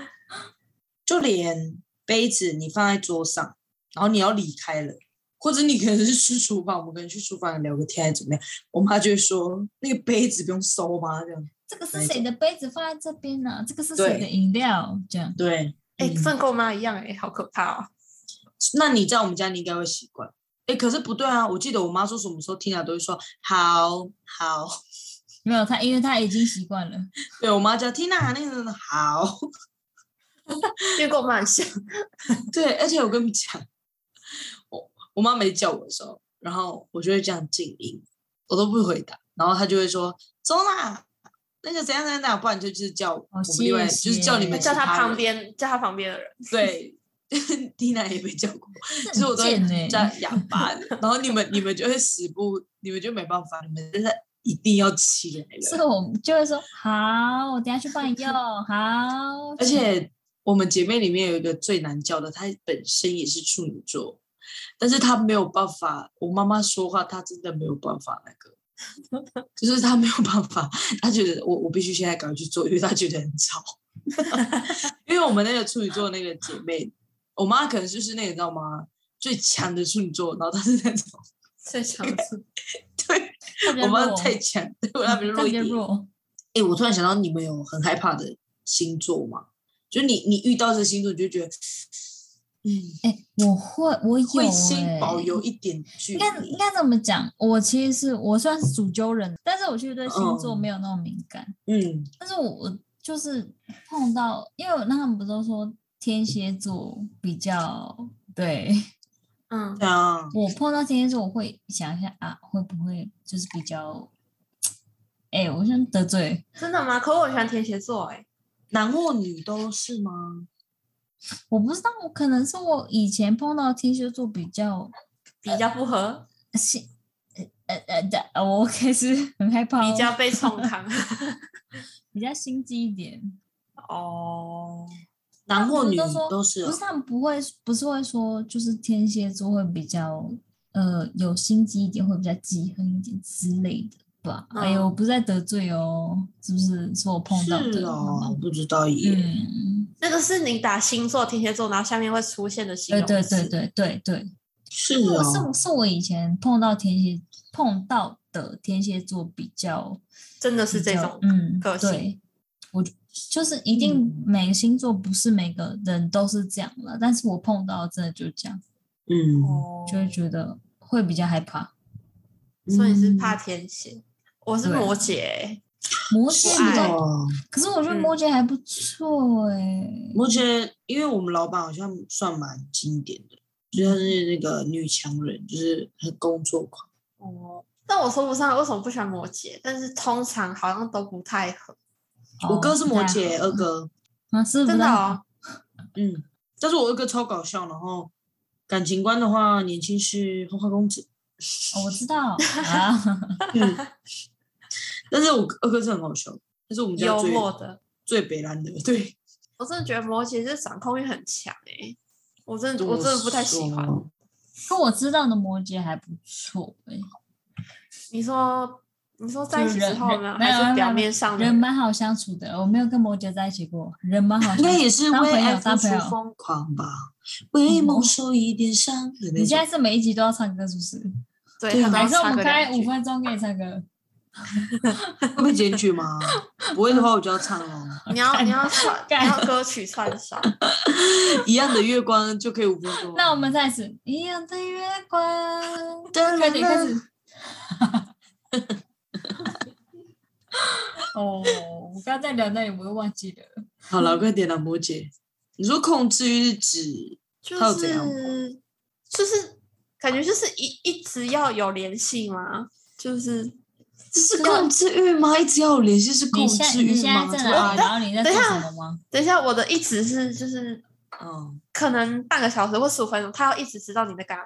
[SPEAKER 3] 就连杯子你放在桌上，然后你要离开了，或者你可能是去厨房，我们可能去厨房聊个天还是怎么样，我妈就会说那个杯子不用收吗？这样
[SPEAKER 2] 这个是谁的杯子放在这边呢、这个是谁
[SPEAKER 3] 对
[SPEAKER 2] 的饮料？这样，
[SPEAKER 3] 对，
[SPEAKER 1] 哎、
[SPEAKER 2] 嗯
[SPEAKER 1] 这跟我妈一样哎、好可怕哦！
[SPEAKER 3] 那你在我们家你应该会习惯。哎，可是不对啊！我记得我妈说什么时候听了都会说好好，
[SPEAKER 2] 没有他，因为他已经习惯了。
[SPEAKER 3] 对我妈叫听娜那个人好，
[SPEAKER 1] 因为跟我妈很像，
[SPEAKER 3] 对，而且我跟你讲，我我妈没叫我的时候，然后我就会这样静音，我都不回答，然后她就会说走啦，那个怎样怎样怎样，不然就就是叫我们
[SPEAKER 2] 谢
[SPEAKER 3] 另外
[SPEAKER 2] 谢
[SPEAKER 3] 就是叫你们
[SPEAKER 1] 叫
[SPEAKER 3] 其
[SPEAKER 1] 她
[SPEAKER 3] 他
[SPEAKER 1] 旁
[SPEAKER 3] 人，
[SPEAKER 1] 边叫她旁边的人，
[SPEAKER 3] 对。蒂娜也被叫过，其
[SPEAKER 2] 这
[SPEAKER 3] 实我
[SPEAKER 2] 很
[SPEAKER 3] 都
[SPEAKER 2] 贱欸呢、
[SPEAKER 3] 叫哑巴的。然后你们你们就会死不，你们就没办法，你们真的一定要起来
[SPEAKER 2] 是
[SPEAKER 3] 了。
[SPEAKER 2] 我就会说好，我等下去帮你用。好，
[SPEAKER 3] 而且我们姐妹里面有一个最难叫的，她本身也是处女座，但是她没有办法。我妈妈说话，她真的没有办法那个，就是她没有办法，她觉得我我必须现在赶快去做，因为她觉得很吵。 因为我们那个处女座那个姐妹，我妈可能就是那个你知道吗？最强的处女座，然后她是那种，
[SPEAKER 1] 最强是
[SPEAKER 3] 对
[SPEAKER 2] 他比较
[SPEAKER 3] 我妈
[SPEAKER 2] 弱
[SPEAKER 3] 太强，对我那边
[SPEAKER 2] 他
[SPEAKER 3] 弱一
[SPEAKER 2] 比较
[SPEAKER 3] 点。
[SPEAKER 2] 嗯弱，
[SPEAKER 3] 哎、我突然想到，你们有很害怕的星座吗？就你你遇到这个星座，你就觉得，嗯，
[SPEAKER 2] 哎、我会，我有、
[SPEAKER 3] 会
[SPEAKER 2] 欸，
[SPEAKER 3] 先保留一点距
[SPEAKER 2] 应该
[SPEAKER 3] 离
[SPEAKER 2] 应。该怎么讲？我其实是我算是主揪人，但是我其实对星座
[SPEAKER 3] 嗯
[SPEAKER 2] 没有那么敏感。
[SPEAKER 3] 嗯，
[SPEAKER 2] 但是我我就是碰到，因为我那他们不都说天蝎座比较对
[SPEAKER 1] 嗯，
[SPEAKER 3] 对啊，
[SPEAKER 2] 我碰到天蝎座，我会想一下啊，会不会就是比较，哎、我现在得罪
[SPEAKER 1] 真的吗？可我很喜欢天蝎座哎、
[SPEAKER 3] 男或女都是吗？
[SPEAKER 2] 我不知道，我可能是我以前碰到天蝎座比较
[SPEAKER 1] 比较不合，
[SPEAKER 2] 性。呃呃的，呃我开始很害怕哦、
[SPEAKER 1] 比较被冲康。
[SPEAKER 2] 比较心机一点，
[SPEAKER 1] 哦，
[SPEAKER 3] 男或女
[SPEAKER 2] 他们都说
[SPEAKER 3] 都是、
[SPEAKER 2] 不
[SPEAKER 3] 哦
[SPEAKER 2] 是，他们不会，不是会说，就是天蝎座会比较呃有心机一点，会比较记恨一点之类的吧？哎呦，
[SPEAKER 1] 嗯
[SPEAKER 2] 我不是在得罪哦，是不是？是我碰到
[SPEAKER 3] 是
[SPEAKER 2] 的。
[SPEAKER 3] 哦，不知道耶。
[SPEAKER 2] 嗯，
[SPEAKER 1] 那个是你打星座天蝎座，然后下面会出现的形
[SPEAKER 2] 对
[SPEAKER 1] 容
[SPEAKER 2] 对
[SPEAKER 1] 词。
[SPEAKER 2] 对对对对，
[SPEAKER 3] 是
[SPEAKER 2] 我是
[SPEAKER 3] 哦，
[SPEAKER 2] 我是我以前碰到天蝎碰到的天蝎座比较
[SPEAKER 1] 真的是
[SPEAKER 2] 比
[SPEAKER 1] 这
[SPEAKER 2] 较
[SPEAKER 1] 种。
[SPEAKER 2] 嗯
[SPEAKER 1] 个性
[SPEAKER 2] 对，我就就是一定
[SPEAKER 3] 嗯
[SPEAKER 2] 每个星座不是每个人都是这样了，但是我碰到真的就这样，
[SPEAKER 3] 嗯，
[SPEAKER 1] 哦，
[SPEAKER 2] 就会觉得会比较害怕。
[SPEAKER 3] 嗯
[SPEAKER 1] 所以你是怕天蝎，我是
[SPEAKER 2] 嗯对啊
[SPEAKER 1] 摩羯欸、
[SPEAKER 2] 摩羯比
[SPEAKER 1] 对
[SPEAKER 2] 较，
[SPEAKER 3] 哦，
[SPEAKER 2] 可是我觉得
[SPEAKER 1] 嗯
[SPEAKER 2] 摩羯还不错哎、
[SPEAKER 3] 我觉得，因为我们老板好像算蛮经典的，就是她
[SPEAKER 2] 嗯
[SPEAKER 3] 是那个女强人，就是很工作狂。
[SPEAKER 1] 哦，但我说不上来为什么不喜欢摩羯，但是通常好像都不太合。
[SPEAKER 3] 我哥是摩
[SPEAKER 2] 哦
[SPEAKER 3] 羯，二哥，
[SPEAKER 2] 啊，是不
[SPEAKER 1] 真
[SPEAKER 2] 是
[SPEAKER 1] 的哦，
[SPEAKER 3] 嗯，但是我二哥超搞笑，然后感情观的话，年轻是花花公子，
[SPEAKER 2] 哦我知道啊，
[SPEAKER 3] 嗯，但是我二哥是很好笑，但是我们家
[SPEAKER 1] 幽
[SPEAKER 3] 最
[SPEAKER 1] 默的，
[SPEAKER 3] 最北蓝的，对，
[SPEAKER 1] 我真的觉得摩羯这掌控欲很强诶、我真的我真的不太喜欢
[SPEAKER 3] 怎。么
[SPEAKER 2] 跟我知道的摩羯还不错哎、
[SPEAKER 1] 你说你说在
[SPEAKER 2] 就
[SPEAKER 1] 一起之
[SPEAKER 2] 人
[SPEAKER 1] 后
[SPEAKER 2] 人
[SPEAKER 1] 呢，
[SPEAKER 2] 没
[SPEAKER 1] 还
[SPEAKER 2] 有没
[SPEAKER 1] 是
[SPEAKER 2] 有
[SPEAKER 1] 表
[SPEAKER 2] 没有
[SPEAKER 1] 面上的
[SPEAKER 2] 人蛮好相处的，我没有跟摩羯在一起过，人蛮好 相
[SPEAKER 3] 说，应该
[SPEAKER 2] 处。
[SPEAKER 3] 也是
[SPEAKER 2] 当
[SPEAKER 3] 为
[SPEAKER 2] 朋友
[SPEAKER 3] 爱付
[SPEAKER 2] 当
[SPEAKER 3] 出
[SPEAKER 2] 朋友嗯
[SPEAKER 3] 疯狂吧，为梦受一点伤的那
[SPEAKER 2] 你现
[SPEAKER 3] 种。
[SPEAKER 2] 在是每一集都要唱歌是不是？
[SPEAKER 1] 对，
[SPEAKER 3] 对
[SPEAKER 1] 他都
[SPEAKER 2] 还
[SPEAKER 1] 要
[SPEAKER 2] 是我
[SPEAKER 1] 插
[SPEAKER 2] 们
[SPEAKER 1] 个
[SPEAKER 2] 开
[SPEAKER 1] 两
[SPEAKER 2] 五
[SPEAKER 1] 句。
[SPEAKER 2] 分钟给你唱歌？
[SPEAKER 3] 会被检举吗？不会的话，我就要唱哦。
[SPEAKER 1] 你要你要 串，你要
[SPEAKER 2] 干
[SPEAKER 1] 歌曲串烧，
[SPEAKER 3] 一样的月光就可以五分钟。
[SPEAKER 2] 那我们再一次一样的月光。
[SPEAKER 3] 噔
[SPEAKER 2] 开始开始。 哦，我刚刚在聊那里，我又忘记了。
[SPEAKER 3] 好了，快点啦，摩羯。你说控制欲是指
[SPEAKER 1] 就
[SPEAKER 3] 他有怎样
[SPEAKER 1] 是就是感觉就是一一直要有联系嘛，就是
[SPEAKER 3] 这是控制欲吗？一直要有联系是控
[SPEAKER 2] 你现
[SPEAKER 3] 制
[SPEAKER 2] 你
[SPEAKER 3] 欲
[SPEAKER 2] 现在
[SPEAKER 3] 吗？
[SPEAKER 2] 在
[SPEAKER 3] 这
[SPEAKER 2] 哪
[SPEAKER 3] 个
[SPEAKER 2] 里？
[SPEAKER 3] 爱
[SPEAKER 2] 然后你在做什么吗？
[SPEAKER 1] 哎等一下我的一直是就是
[SPEAKER 3] 嗯
[SPEAKER 1] 可能半个小时或十五分钟，他要一直知道你在干嘛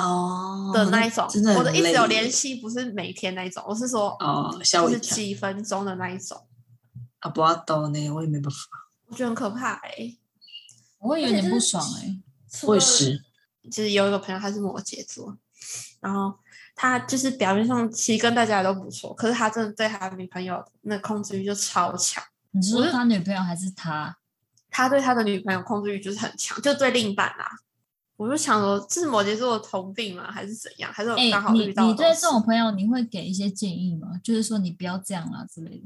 [SPEAKER 3] 哦
[SPEAKER 1] 的那一种。
[SPEAKER 3] 真的很
[SPEAKER 1] 我的一直
[SPEAKER 3] 累
[SPEAKER 1] 有联系，不是每天那一种，我是说
[SPEAKER 3] 哦，吓
[SPEAKER 1] 就
[SPEAKER 3] 我一
[SPEAKER 1] 是
[SPEAKER 3] 跳
[SPEAKER 1] 几分钟的那一种，
[SPEAKER 3] 啊！不要抖呢，我也没办法。
[SPEAKER 1] 我觉得很可怕哎、欸。
[SPEAKER 2] 我会有点不爽哎、
[SPEAKER 1] 除
[SPEAKER 3] 我也
[SPEAKER 1] 了
[SPEAKER 3] 是，
[SPEAKER 1] 就是有一个朋友他是摩羯座，然后他就是表面上其实跟大家都不错，可是他真的对他女朋友那控制欲就超强，
[SPEAKER 2] 你是
[SPEAKER 1] 我
[SPEAKER 2] 说
[SPEAKER 1] 是
[SPEAKER 2] 他女朋友还是他？
[SPEAKER 1] 他对他的女朋友控制欲就是很强，就对另一半啦。我就想说，这是摩羯座的通病吗？还是怎样？还是我
[SPEAKER 2] 哎、
[SPEAKER 1] 刚好
[SPEAKER 2] 你
[SPEAKER 1] 遇到的
[SPEAKER 2] 你对
[SPEAKER 1] 东西
[SPEAKER 2] 这种朋友，你会给一些建议吗？就是说你不要这样啦啊之类的。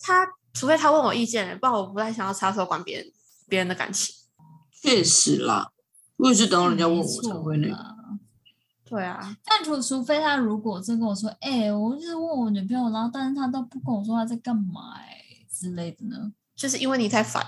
[SPEAKER 1] 他，除非他问我意见，不然我不太想要插手管别人别人的感情。
[SPEAKER 3] 确实啦，我也是等到人家问
[SPEAKER 2] 没
[SPEAKER 3] 我才
[SPEAKER 2] 错
[SPEAKER 3] 会那个。
[SPEAKER 2] 啦
[SPEAKER 1] 对啊，
[SPEAKER 2] 但除除非他如果真跟我说，哎、我就是问我女朋友，然后但是他都不跟我说他在干嘛、哎之类的呢？
[SPEAKER 1] 就是因为你太烦，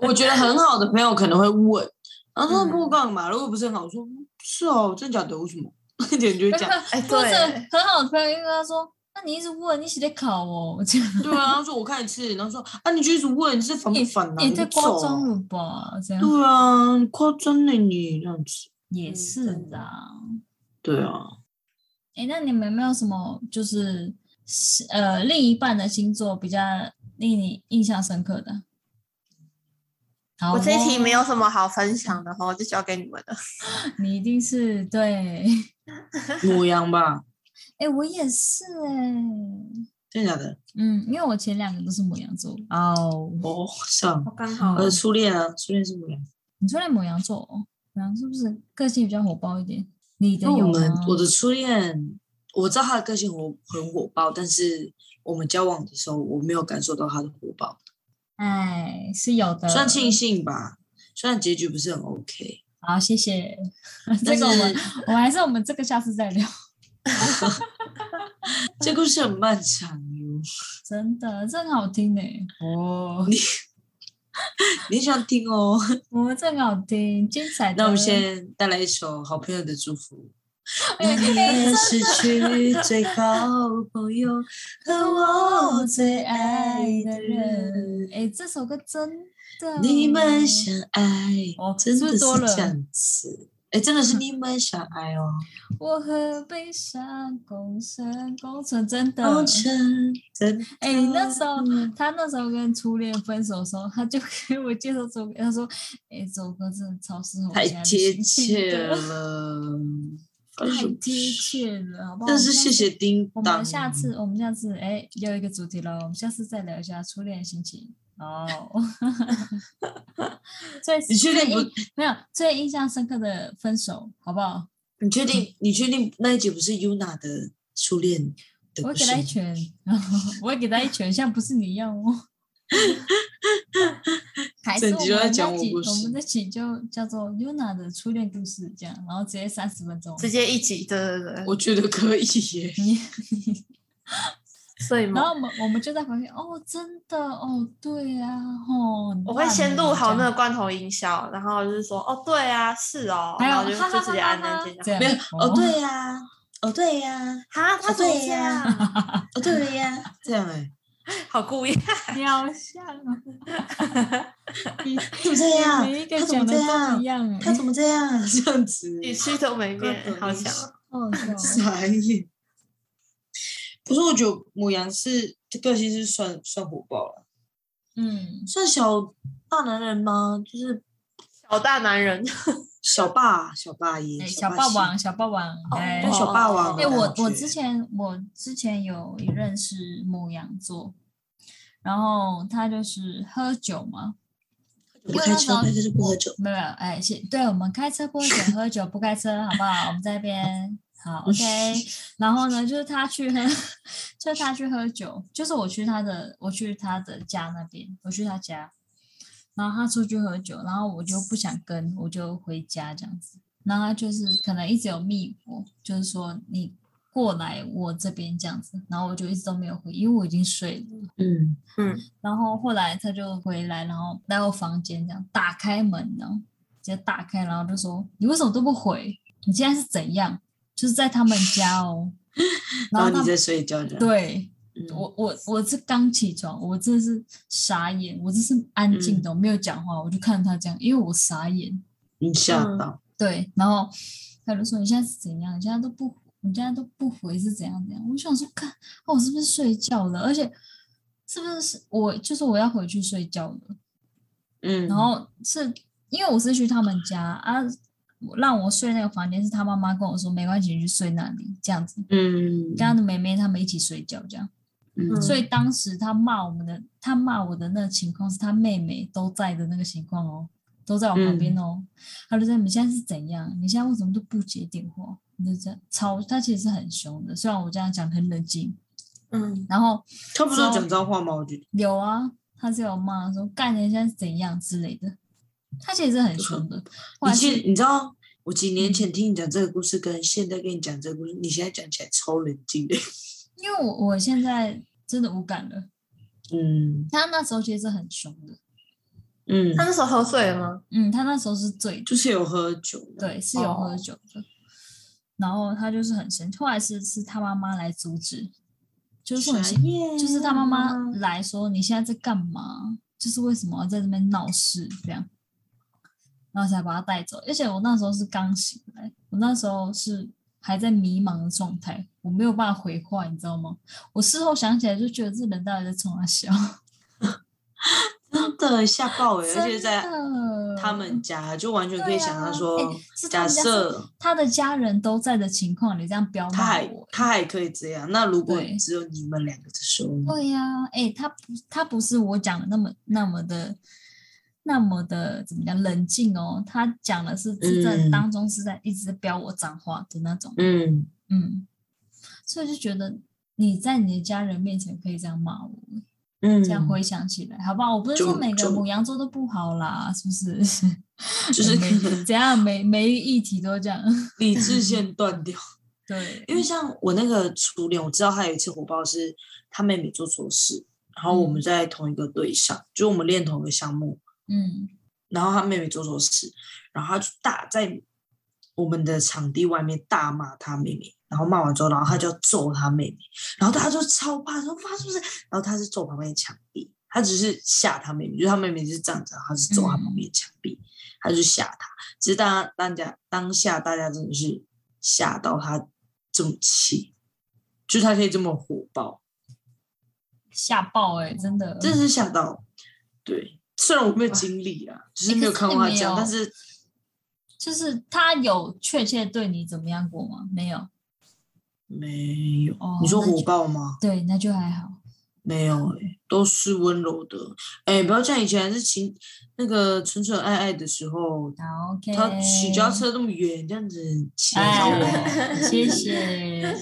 [SPEAKER 3] 我觉得很好的朋友可能会问，然后
[SPEAKER 1] 嗯
[SPEAKER 3] 他不干嘛？如果不是很好，我说嗯是哦，真假的，为什么？ 一点就会讲，
[SPEAKER 1] 哎，
[SPEAKER 2] 或者
[SPEAKER 1] 对，
[SPEAKER 2] 很好的朋友就跟他说，那你一直问，你写的考哦，这样
[SPEAKER 3] 对啊，他说我看一次，然后说啊，你就一直问，你是烦不烦啊？
[SPEAKER 2] 也太
[SPEAKER 3] 就走
[SPEAKER 2] 夸
[SPEAKER 3] 啊
[SPEAKER 2] 张了吧？这样
[SPEAKER 3] 对啊，你夸张了你这样子。
[SPEAKER 2] 也
[SPEAKER 1] 嗯
[SPEAKER 2] 是
[SPEAKER 1] 真的
[SPEAKER 2] 啦。
[SPEAKER 3] 对 啊，
[SPEAKER 2] 哎、那你们有没有什么就是是呃另一半的星座比较令你印象深刻的？好、哦
[SPEAKER 1] 我这一题没
[SPEAKER 2] 有，
[SPEAKER 1] 有什么好分享的哦，就交给你们了。
[SPEAKER 2] 你一定是对。
[SPEAKER 3] 母羊吧，
[SPEAKER 2] 哎、我也是哎、
[SPEAKER 3] 真的假的？
[SPEAKER 2] 嗯，因为我前两个都是母羊座哦。
[SPEAKER 3] 哦，是啊
[SPEAKER 1] 我，刚好
[SPEAKER 3] 我的初恋啊，初恋是母羊。
[SPEAKER 2] 你说的母羊座哦，母羊是不是个性比较火爆一点？你的
[SPEAKER 3] 那
[SPEAKER 2] 有
[SPEAKER 3] 我们
[SPEAKER 2] 吗？
[SPEAKER 3] 我的初恋，我知道他的个性火很火爆，但是我们交往的时候，我没有感受到他的火爆，
[SPEAKER 2] 哎，是有的。
[SPEAKER 3] 算庆幸吧。虽然结局不是很 OK，
[SPEAKER 2] 好，谢谢。这
[SPEAKER 3] 但是
[SPEAKER 2] 个我们，我们还是我们这个下次再聊。
[SPEAKER 3] 这故事很漫长哟。
[SPEAKER 2] 真的，这很好听呢、哦，
[SPEAKER 3] 你想听哦？
[SPEAKER 2] 我这很好听，精彩的。
[SPEAKER 3] 那我们先带来一首好朋友的祝福。
[SPEAKER 2] 哎哎
[SPEAKER 3] 失去最好朋 友和我最爱的人，
[SPEAKER 2] 哎，这首歌真的。
[SPEAKER 3] 你们相爱
[SPEAKER 2] 哦，
[SPEAKER 3] 真
[SPEAKER 2] 是
[SPEAKER 3] 的
[SPEAKER 2] 不是
[SPEAKER 3] 是
[SPEAKER 2] 多了嗯
[SPEAKER 3] 这样子。哎，真的是你们相爱哦，
[SPEAKER 2] 我和悲伤共生共存，真的。
[SPEAKER 3] 红尘真的。
[SPEAKER 2] 哎、那时候他那时候跟初恋分手的时候，他就给我介绍这首歌，他说：“哎、这首歌真的超适合我
[SPEAKER 3] 太
[SPEAKER 2] 现在的
[SPEAKER 3] 贴
[SPEAKER 2] 心情
[SPEAKER 3] 切
[SPEAKER 2] 的，
[SPEAKER 3] 了，
[SPEAKER 2] 太贴切了，好不好？”
[SPEAKER 3] 但是
[SPEAKER 2] 下
[SPEAKER 3] 谢
[SPEAKER 2] 次
[SPEAKER 3] 谢叮
[SPEAKER 2] 我
[SPEAKER 3] 当。
[SPEAKER 2] 们下次，我们下次哎，又一个主题了，我们下次再聊一下初恋的心情。哦， 最
[SPEAKER 3] 你确定
[SPEAKER 2] 最
[SPEAKER 3] 不
[SPEAKER 2] 印没有最印象深刻的分手，好不好？
[SPEAKER 3] 你确定？你确定那一集不是 Yuna 的初恋的故
[SPEAKER 2] 我会给
[SPEAKER 3] 事
[SPEAKER 2] 他
[SPEAKER 3] 吗？
[SPEAKER 2] 一拳， 我会给他一拳，像不是你一样哦。还是
[SPEAKER 3] 整
[SPEAKER 2] 我
[SPEAKER 3] 集
[SPEAKER 2] 们
[SPEAKER 3] 都在
[SPEAKER 2] 那
[SPEAKER 3] 讲我
[SPEAKER 2] 集，
[SPEAKER 3] 故事
[SPEAKER 2] 我们这集就叫做 Yuna 的初恋故事，这样，然后直接三十分钟。
[SPEAKER 1] 直接一集，对对对，
[SPEAKER 3] 我觉得可以耶。
[SPEAKER 2] 你你
[SPEAKER 1] 所以
[SPEAKER 2] 然
[SPEAKER 1] 嘛，
[SPEAKER 2] 后我们我们就在旁边，哦，真的，哦，对呀、啊，哦，你
[SPEAKER 1] 我会
[SPEAKER 2] 烂
[SPEAKER 1] 先
[SPEAKER 2] 欸
[SPEAKER 1] 录好
[SPEAKER 2] 这
[SPEAKER 1] 那个
[SPEAKER 2] 样
[SPEAKER 1] 罐头音效，然后就是说哦对啊是哦，
[SPEAKER 2] 还
[SPEAKER 1] 然后
[SPEAKER 2] 有
[SPEAKER 1] 就
[SPEAKER 2] 哈哈
[SPEAKER 1] 就
[SPEAKER 2] 哈
[SPEAKER 1] 直接
[SPEAKER 2] 哈
[SPEAKER 1] 按
[SPEAKER 2] 哈
[SPEAKER 1] 暂停。
[SPEAKER 2] 这样
[SPEAKER 3] 没有哦，
[SPEAKER 2] 哦
[SPEAKER 3] 对呀、哦对呀、
[SPEAKER 1] 哈，他
[SPEAKER 3] 哦
[SPEAKER 1] 怎么
[SPEAKER 3] 对
[SPEAKER 1] 这
[SPEAKER 3] 呀
[SPEAKER 1] 样？
[SPEAKER 3] 哦对了呀、 这样哎、
[SPEAKER 1] 好故意，
[SPEAKER 2] 秒像啊，你
[SPEAKER 3] 怎么这样
[SPEAKER 2] 每一个
[SPEAKER 3] 啊他怎么
[SPEAKER 2] 讲的
[SPEAKER 3] 这样
[SPEAKER 2] 都一样欸，
[SPEAKER 3] 他怎么这样这样子？
[SPEAKER 1] 语气都没变，好强哦。
[SPEAKER 2] 好笑哦
[SPEAKER 3] 傻眼。 可是我觉得母羊是这个性是算算火爆了，
[SPEAKER 2] 嗯，
[SPEAKER 3] 算小大男人吗？就是
[SPEAKER 1] 小大男人，
[SPEAKER 3] 小霸小霸爷、
[SPEAKER 2] 哎小
[SPEAKER 3] 霸
[SPEAKER 2] 霸
[SPEAKER 3] 气
[SPEAKER 2] 王，，小霸王，哎
[SPEAKER 3] 对
[SPEAKER 1] 哦
[SPEAKER 3] 小霸王啊
[SPEAKER 2] 哎、
[SPEAKER 3] 的感觉。
[SPEAKER 2] 我我之前我之前有认识母羊座，然后他就是喝酒嘛，因
[SPEAKER 3] 不
[SPEAKER 2] 为
[SPEAKER 3] 开
[SPEAKER 2] 那时
[SPEAKER 3] 车，
[SPEAKER 2] 候
[SPEAKER 3] 那就是不喝酒。
[SPEAKER 2] 没有没有哎，是对我们开车不喝酒，喝酒不开车，好不好？我们在那边好 OK。然后呢，就是他去喝， 就是他去喝酒，就是我去他的，我去他的家那边，我去他家，然后他出去喝酒，然后我就不想跟，我就回家这样子。然后他就是可能一直有密我，就是说你过来我这边这样子，然后我就一直都没有回，因为我已经睡了。
[SPEAKER 3] 嗯，
[SPEAKER 2] 然后后来他就回来，然后来我房间这样打开门呢，直接打开，然后就说：“你为什么都不回？你现在是怎样？就是在他们家 哦。”
[SPEAKER 3] 然
[SPEAKER 2] 然后
[SPEAKER 3] 后
[SPEAKER 2] 他
[SPEAKER 3] 你在睡觉这样。
[SPEAKER 2] 对
[SPEAKER 3] 嗯，
[SPEAKER 2] 我我我是刚起床，我真的是傻眼，我真是安静
[SPEAKER 3] 嗯
[SPEAKER 2] 的，我没有讲话，我就看他这样，因为我傻眼。
[SPEAKER 3] 你吓
[SPEAKER 2] 嗯
[SPEAKER 3] 到，
[SPEAKER 2] 对，然后他就说：“你现在是怎样？你现在都不，你现在都不回是怎样怎样？”我想说，看哦，我是不是睡觉了？而且是不是是我就是我要回去睡觉了？
[SPEAKER 3] 嗯，
[SPEAKER 2] 然后是因为我是去他们家啊，我让我睡那个房间是他妈妈跟我说没关系，你去睡那里这样子，
[SPEAKER 3] 嗯，
[SPEAKER 2] 跟他的妹妹他们一起睡觉这样。
[SPEAKER 3] 嗯
[SPEAKER 2] 所以当时他骂我们的，他骂我的那个情况是他妹妹都在的那个情况哦，都在我旁边
[SPEAKER 3] 嗯
[SPEAKER 2] 哦。他就在你现在是怎样？你现在为什么都不接电话？你就这样超，他其实是很凶的，虽然我这样讲很冷静。
[SPEAKER 1] 嗯，
[SPEAKER 2] 然后
[SPEAKER 3] 他不是有讲脏话吗？我觉得
[SPEAKER 2] 有啊，他是有骂说干人家是怎样之类的，他其实是很
[SPEAKER 3] 啊
[SPEAKER 2] 凶的。
[SPEAKER 3] 你
[SPEAKER 2] 后来
[SPEAKER 3] 其
[SPEAKER 2] 是嗯
[SPEAKER 3] 实你知道，我几年前听你讲这个故事，跟现在跟你讲这个故事，你现在讲起来超冷静的。
[SPEAKER 2] 因为我我现在真的无感了，
[SPEAKER 3] 嗯
[SPEAKER 2] 他那时候其实是很凶的，
[SPEAKER 3] 嗯
[SPEAKER 1] 他，那时候喝醉了吗？
[SPEAKER 2] 嗯，他那时候是醉的，
[SPEAKER 3] 就是有喝酒的，
[SPEAKER 2] 对，是有喝
[SPEAKER 3] 哦
[SPEAKER 2] 酒的，然后他就是很生气，后来是是他妈妈来阻止，就是说你现
[SPEAKER 3] 耶
[SPEAKER 2] 就是他妈嗯妈来说你现在在干嘛？就是为什么要在这边闹事这样？然后才把他带走。而且我那时候是刚醒来，我那时候是还在迷茫的状态，我没有办法回话，你知道吗？我事后想起来就觉得这人到底在冲他笑，
[SPEAKER 3] 真的吓爆哎、欸，而且
[SPEAKER 2] 真
[SPEAKER 3] 在
[SPEAKER 2] 的
[SPEAKER 3] 他们家就完全可以想象说，
[SPEAKER 2] 对啊欸是他
[SPEAKER 3] 假
[SPEAKER 2] 们家
[SPEAKER 3] 设
[SPEAKER 2] 他的家人都在的情况，你这样彪
[SPEAKER 3] 他
[SPEAKER 2] 骂
[SPEAKER 3] 还
[SPEAKER 2] 我。
[SPEAKER 3] 他还可以这样，那如果
[SPEAKER 2] 对
[SPEAKER 3] 只有你们两个的时候呢，
[SPEAKER 2] 对呀、哎、他不，他不是我讲的那么那么的，那么的怎么讲冷静哦，他讲的是是在
[SPEAKER 3] 嗯
[SPEAKER 2] 当中是在一直在飙我脏话的那种，
[SPEAKER 3] 嗯，
[SPEAKER 2] 嗯，所以就觉得你在你的家人面前可以这样骂我，
[SPEAKER 3] 嗯，
[SPEAKER 2] 这样回想起来，好不好？我不是
[SPEAKER 3] 就
[SPEAKER 2] 说每个
[SPEAKER 3] 就
[SPEAKER 2] 母羊座都不好啦，是不是？
[SPEAKER 3] 就是可
[SPEAKER 2] 每
[SPEAKER 3] 能
[SPEAKER 2] 怎样每每一议题都这样，
[SPEAKER 3] 理智线断掉。
[SPEAKER 2] 对，
[SPEAKER 3] 因为像我那个初恋，我知道他有一次火爆是他妹妹做错事，然后我们
[SPEAKER 2] 嗯
[SPEAKER 3] 在同一个队上，就我们练同一个项目，
[SPEAKER 2] 嗯
[SPEAKER 3] 然后他妹妹做错事，然后他就大在我们的场地外面大骂他妹妹，然后骂完之后，然后他就要揍他妹妹，然后大家就超怕，说发生什么事，然后他是揍旁边的墙壁，他只是吓他妹妹，就是他妹妹就是站着，啊他是揍他旁边的墙壁，他就吓他，只是大家大家当下大家真的是吓到他这么气，就是他可以这么火爆，
[SPEAKER 2] 吓爆哎、真的，
[SPEAKER 3] 真的是吓到，对。虽然我没有经历啊，就是没有看过他这样，
[SPEAKER 2] 欸可
[SPEAKER 3] 但
[SPEAKER 2] 是
[SPEAKER 3] 是
[SPEAKER 2] 就是他有确切对你怎么样过吗？没有，
[SPEAKER 3] 没有，
[SPEAKER 2] 哦
[SPEAKER 3] 你说
[SPEAKER 2] 那就
[SPEAKER 3] 火爆吗？
[SPEAKER 2] 对，那就还好。
[SPEAKER 3] 没有、欸，都是温柔的。哎、不要像以前是情那个纯纯爱爱的时候，
[SPEAKER 2] 好，OK。
[SPEAKER 3] 他骑脚踏车那么远，这样子骑来找
[SPEAKER 2] 哎，
[SPEAKER 3] 我，
[SPEAKER 2] 谢。谢。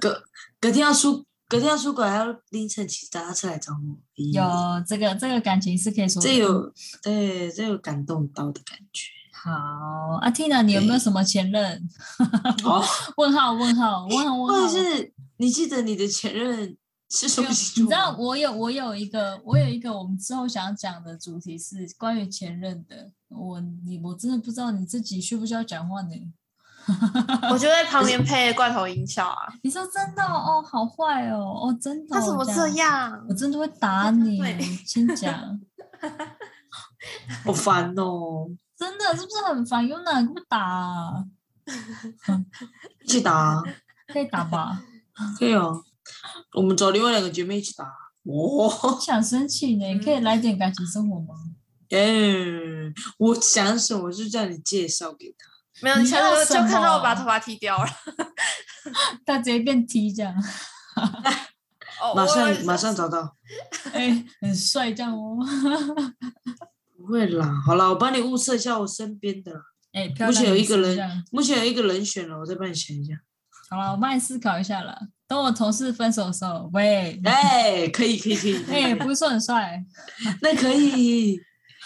[SPEAKER 3] 隔隔天要出，隔天要出国，还要凌晨骑脚踏车来找我。咦
[SPEAKER 2] 有这个这个感情是可以说
[SPEAKER 3] 这有对，这有感动到的感 觉。
[SPEAKER 2] 好啊阿 Tina，你有没有
[SPEAKER 3] 对
[SPEAKER 2] 什么前任？
[SPEAKER 3] 哦，
[SPEAKER 2] 问号问号问号
[SPEAKER 3] 或者
[SPEAKER 2] 问号。
[SPEAKER 3] 是你记得你的前任是什
[SPEAKER 2] 没有
[SPEAKER 3] 么星座
[SPEAKER 2] 你知道
[SPEAKER 3] 吗
[SPEAKER 2] 我有我有一个我有一个我们之后想讲的主题是关于前任的。我你我真的不知道你自己需不需要讲话呢？
[SPEAKER 1] 我就在旁边配罐头音效 啊。
[SPEAKER 2] 你说真的哦，哦好坏哦，哦真的、哦，
[SPEAKER 1] 他怎么这？样
[SPEAKER 2] 我？真的会打你
[SPEAKER 1] 对，
[SPEAKER 2] 先讲，
[SPEAKER 3] 好烦哦，
[SPEAKER 2] 真的是不是很烦？有哪个不打、啊？
[SPEAKER 3] 一起打啊，
[SPEAKER 2] 可以打吧？
[SPEAKER 3] 可以哦。我们找另外两个姐妹一起打哦，
[SPEAKER 2] 我想生气呢，可以来点感情生活吗？
[SPEAKER 3] 耶、嗯我想什么就叫你介绍给他，
[SPEAKER 1] 没有，你
[SPEAKER 2] 你
[SPEAKER 1] 下
[SPEAKER 2] 要
[SPEAKER 1] 次就
[SPEAKER 2] 什么
[SPEAKER 1] 看到我把头发剃掉了。
[SPEAKER 2] 他直接变 T 这样，
[SPEAKER 1] 哦，
[SPEAKER 3] 马
[SPEAKER 1] 我
[SPEAKER 3] 上马上找到。
[SPEAKER 2] 哎、很帅这样哦，
[SPEAKER 3] 不会啦，好啦，我帮你物色一下我身边的啦。
[SPEAKER 2] 哎、漂
[SPEAKER 3] 目
[SPEAKER 2] 亮
[SPEAKER 3] 前有
[SPEAKER 2] 女
[SPEAKER 3] 一个
[SPEAKER 2] 生
[SPEAKER 3] 人
[SPEAKER 2] 这样
[SPEAKER 3] 目前有一个人选了，我再帮你想一下。
[SPEAKER 2] 好了，我帮你思考一下了。等我同事分手的时候， 喂，
[SPEAKER 3] 哎、可以可以可以，
[SPEAKER 2] 哎、不是说很帅，
[SPEAKER 3] 那可以。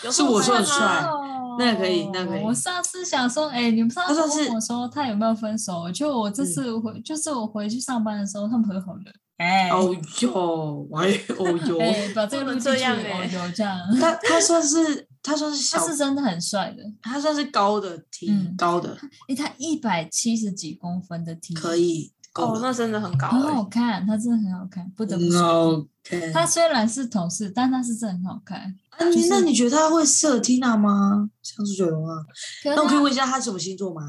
[SPEAKER 1] 有
[SPEAKER 3] 是我
[SPEAKER 1] 上
[SPEAKER 3] 说很
[SPEAKER 1] 升
[SPEAKER 3] 帅
[SPEAKER 1] 吗
[SPEAKER 2] 哦
[SPEAKER 3] 那可以那可以
[SPEAKER 2] 我上次想说，哎、你们上
[SPEAKER 3] 他
[SPEAKER 2] 次
[SPEAKER 3] 上次嗯
[SPEAKER 2] 问我说他有没有分手，就我这次回，就是我回去上班的时候，他们和好了。哎、
[SPEAKER 3] 哦哟，哎哦哟，
[SPEAKER 2] 哎、把这个
[SPEAKER 1] 不
[SPEAKER 2] 录
[SPEAKER 1] 能
[SPEAKER 2] 进
[SPEAKER 1] 这
[SPEAKER 2] 去，
[SPEAKER 1] 样
[SPEAKER 2] 哦
[SPEAKER 3] 欸
[SPEAKER 1] 哎
[SPEAKER 2] 有 这样，
[SPEAKER 3] 他他算是他算是小
[SPEAKER 2] 他，是真的很帅的。
[SPEAKER 3] 他算是高的 T，、
[SPEAKER 2] 嗯
[SPEAKER 3] 高的
[SPEAKER 2] 哎、他一百七十几公分的 T，
[SPEAKER 3] 可，以，够
[SPEAKER 1] 哦，
[SPEAKER 3] 了。
[SPEAKER 1] 那真的很高
[SPEAKER 2] 很
[SPEAKER 1] 欸
[SPEAKER 2] 好看，他真的很好看，不得不
[SPEAKER 3] 嗯
[SPEAKER 2] 说。
[SPEAKER 3] OK，
[SPEAKER 2] 他虽然是同事，但他是真的很好看。
[SPEAKER 3] 啊你
[SPEAKER 2] 就是
[SPEAKER 3] 那你觉得他会适合 Tina 吗？相处久的话，
[SPEAKER 2] 可是
[SPEAKER 3] 啊那我可以
[SPEAKER 2] 他
[SPEAKER 3] 问一下他什么星座吗？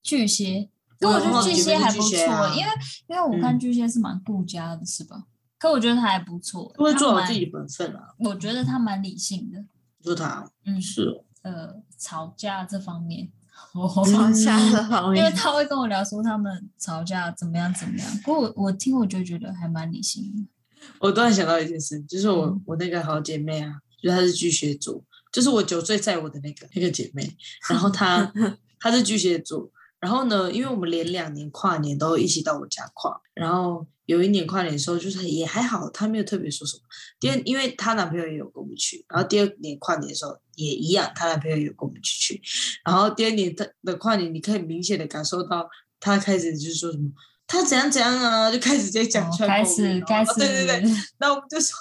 [SPEAKER 2] 巨蟹，
[SPEAKER 3] 对
[SPEAKER 2] 可我觉
[SPEAKER 3] 我
[SPEAKER 2] 得
[SPEAKER 3] 觉
[SPEAKER 2] 巨
[SPEAKER 3] 得
[SPEAKER 2] 蟹还
[SPEAKER 3] 巨
[SPEAKER 2] 不
[SPEAKER 3] 蟹
[SPEAKER 2] 错，
[SPEAKER 3] 啊
[SPEAKER 2] 因为因为我看
[SPEAKER 3] 嗯
[SPEAKER 2] 巨蟹是蛮顾家的，是吧？可我觉得他还不错，
[SPEAKER 3] 会
[SPEAKER 2] 他
[SPEAKER 3] 做好
[SPEAKER 2] 蛮
[SPEAKER 3] 自己的本分啊。
[SPEAKER 2] 我觉得他蛮理性的，
[SPEAKER 3] 你说他
[SPEAKER 2] 嗯，
[SPEAKER 3] 是哦，
[SPEAKER 2] 呃，吵架这方面，
[SPEAKER 1] 朝下的方
[SPEAKER 2] 因为
[SPEAKER 1] 面，
[SPEAKER 2] 他会跟我聊说他们吵架怎么样怎么样，不过我我听我就觉得还蛮理性的，
[SPEAKER 3] 我突然想到一件事，就是我、
[SPEAKER 2] 嗯
[SPEAKER 3] 我那个好姐妹啊，就是她是巨蟹座，就是我九岁载我的那个那个姐妹，然后 她她是巨蟹座，然后呢，因为我们连两年跨年都一起到我家跨，然后有一年跨年的时候，就是也还好，她没有特别说什么。第二，因为她男朋友也有跟我们去，然后第二年跨年的时候也一样，她男朋友也有跟我们去去，然后第二年的的跨年，你可以明显的感受到她开始就是说什么。她怎样怎样啊，就开始在讲
[SPEAKER 2] 哦
[SPEAKER 3] 穿
[SPEAKER 2] 开
[SPEAKER 3] 孔明
[SPEAKER 2] 始
[SPEAKER 3] 啊
[SPEAKER 2] 开
[SPEAKER 3] 哦
[SPEAKER 2] 始，
[SPEAKER 3] 对对对，那我们就说，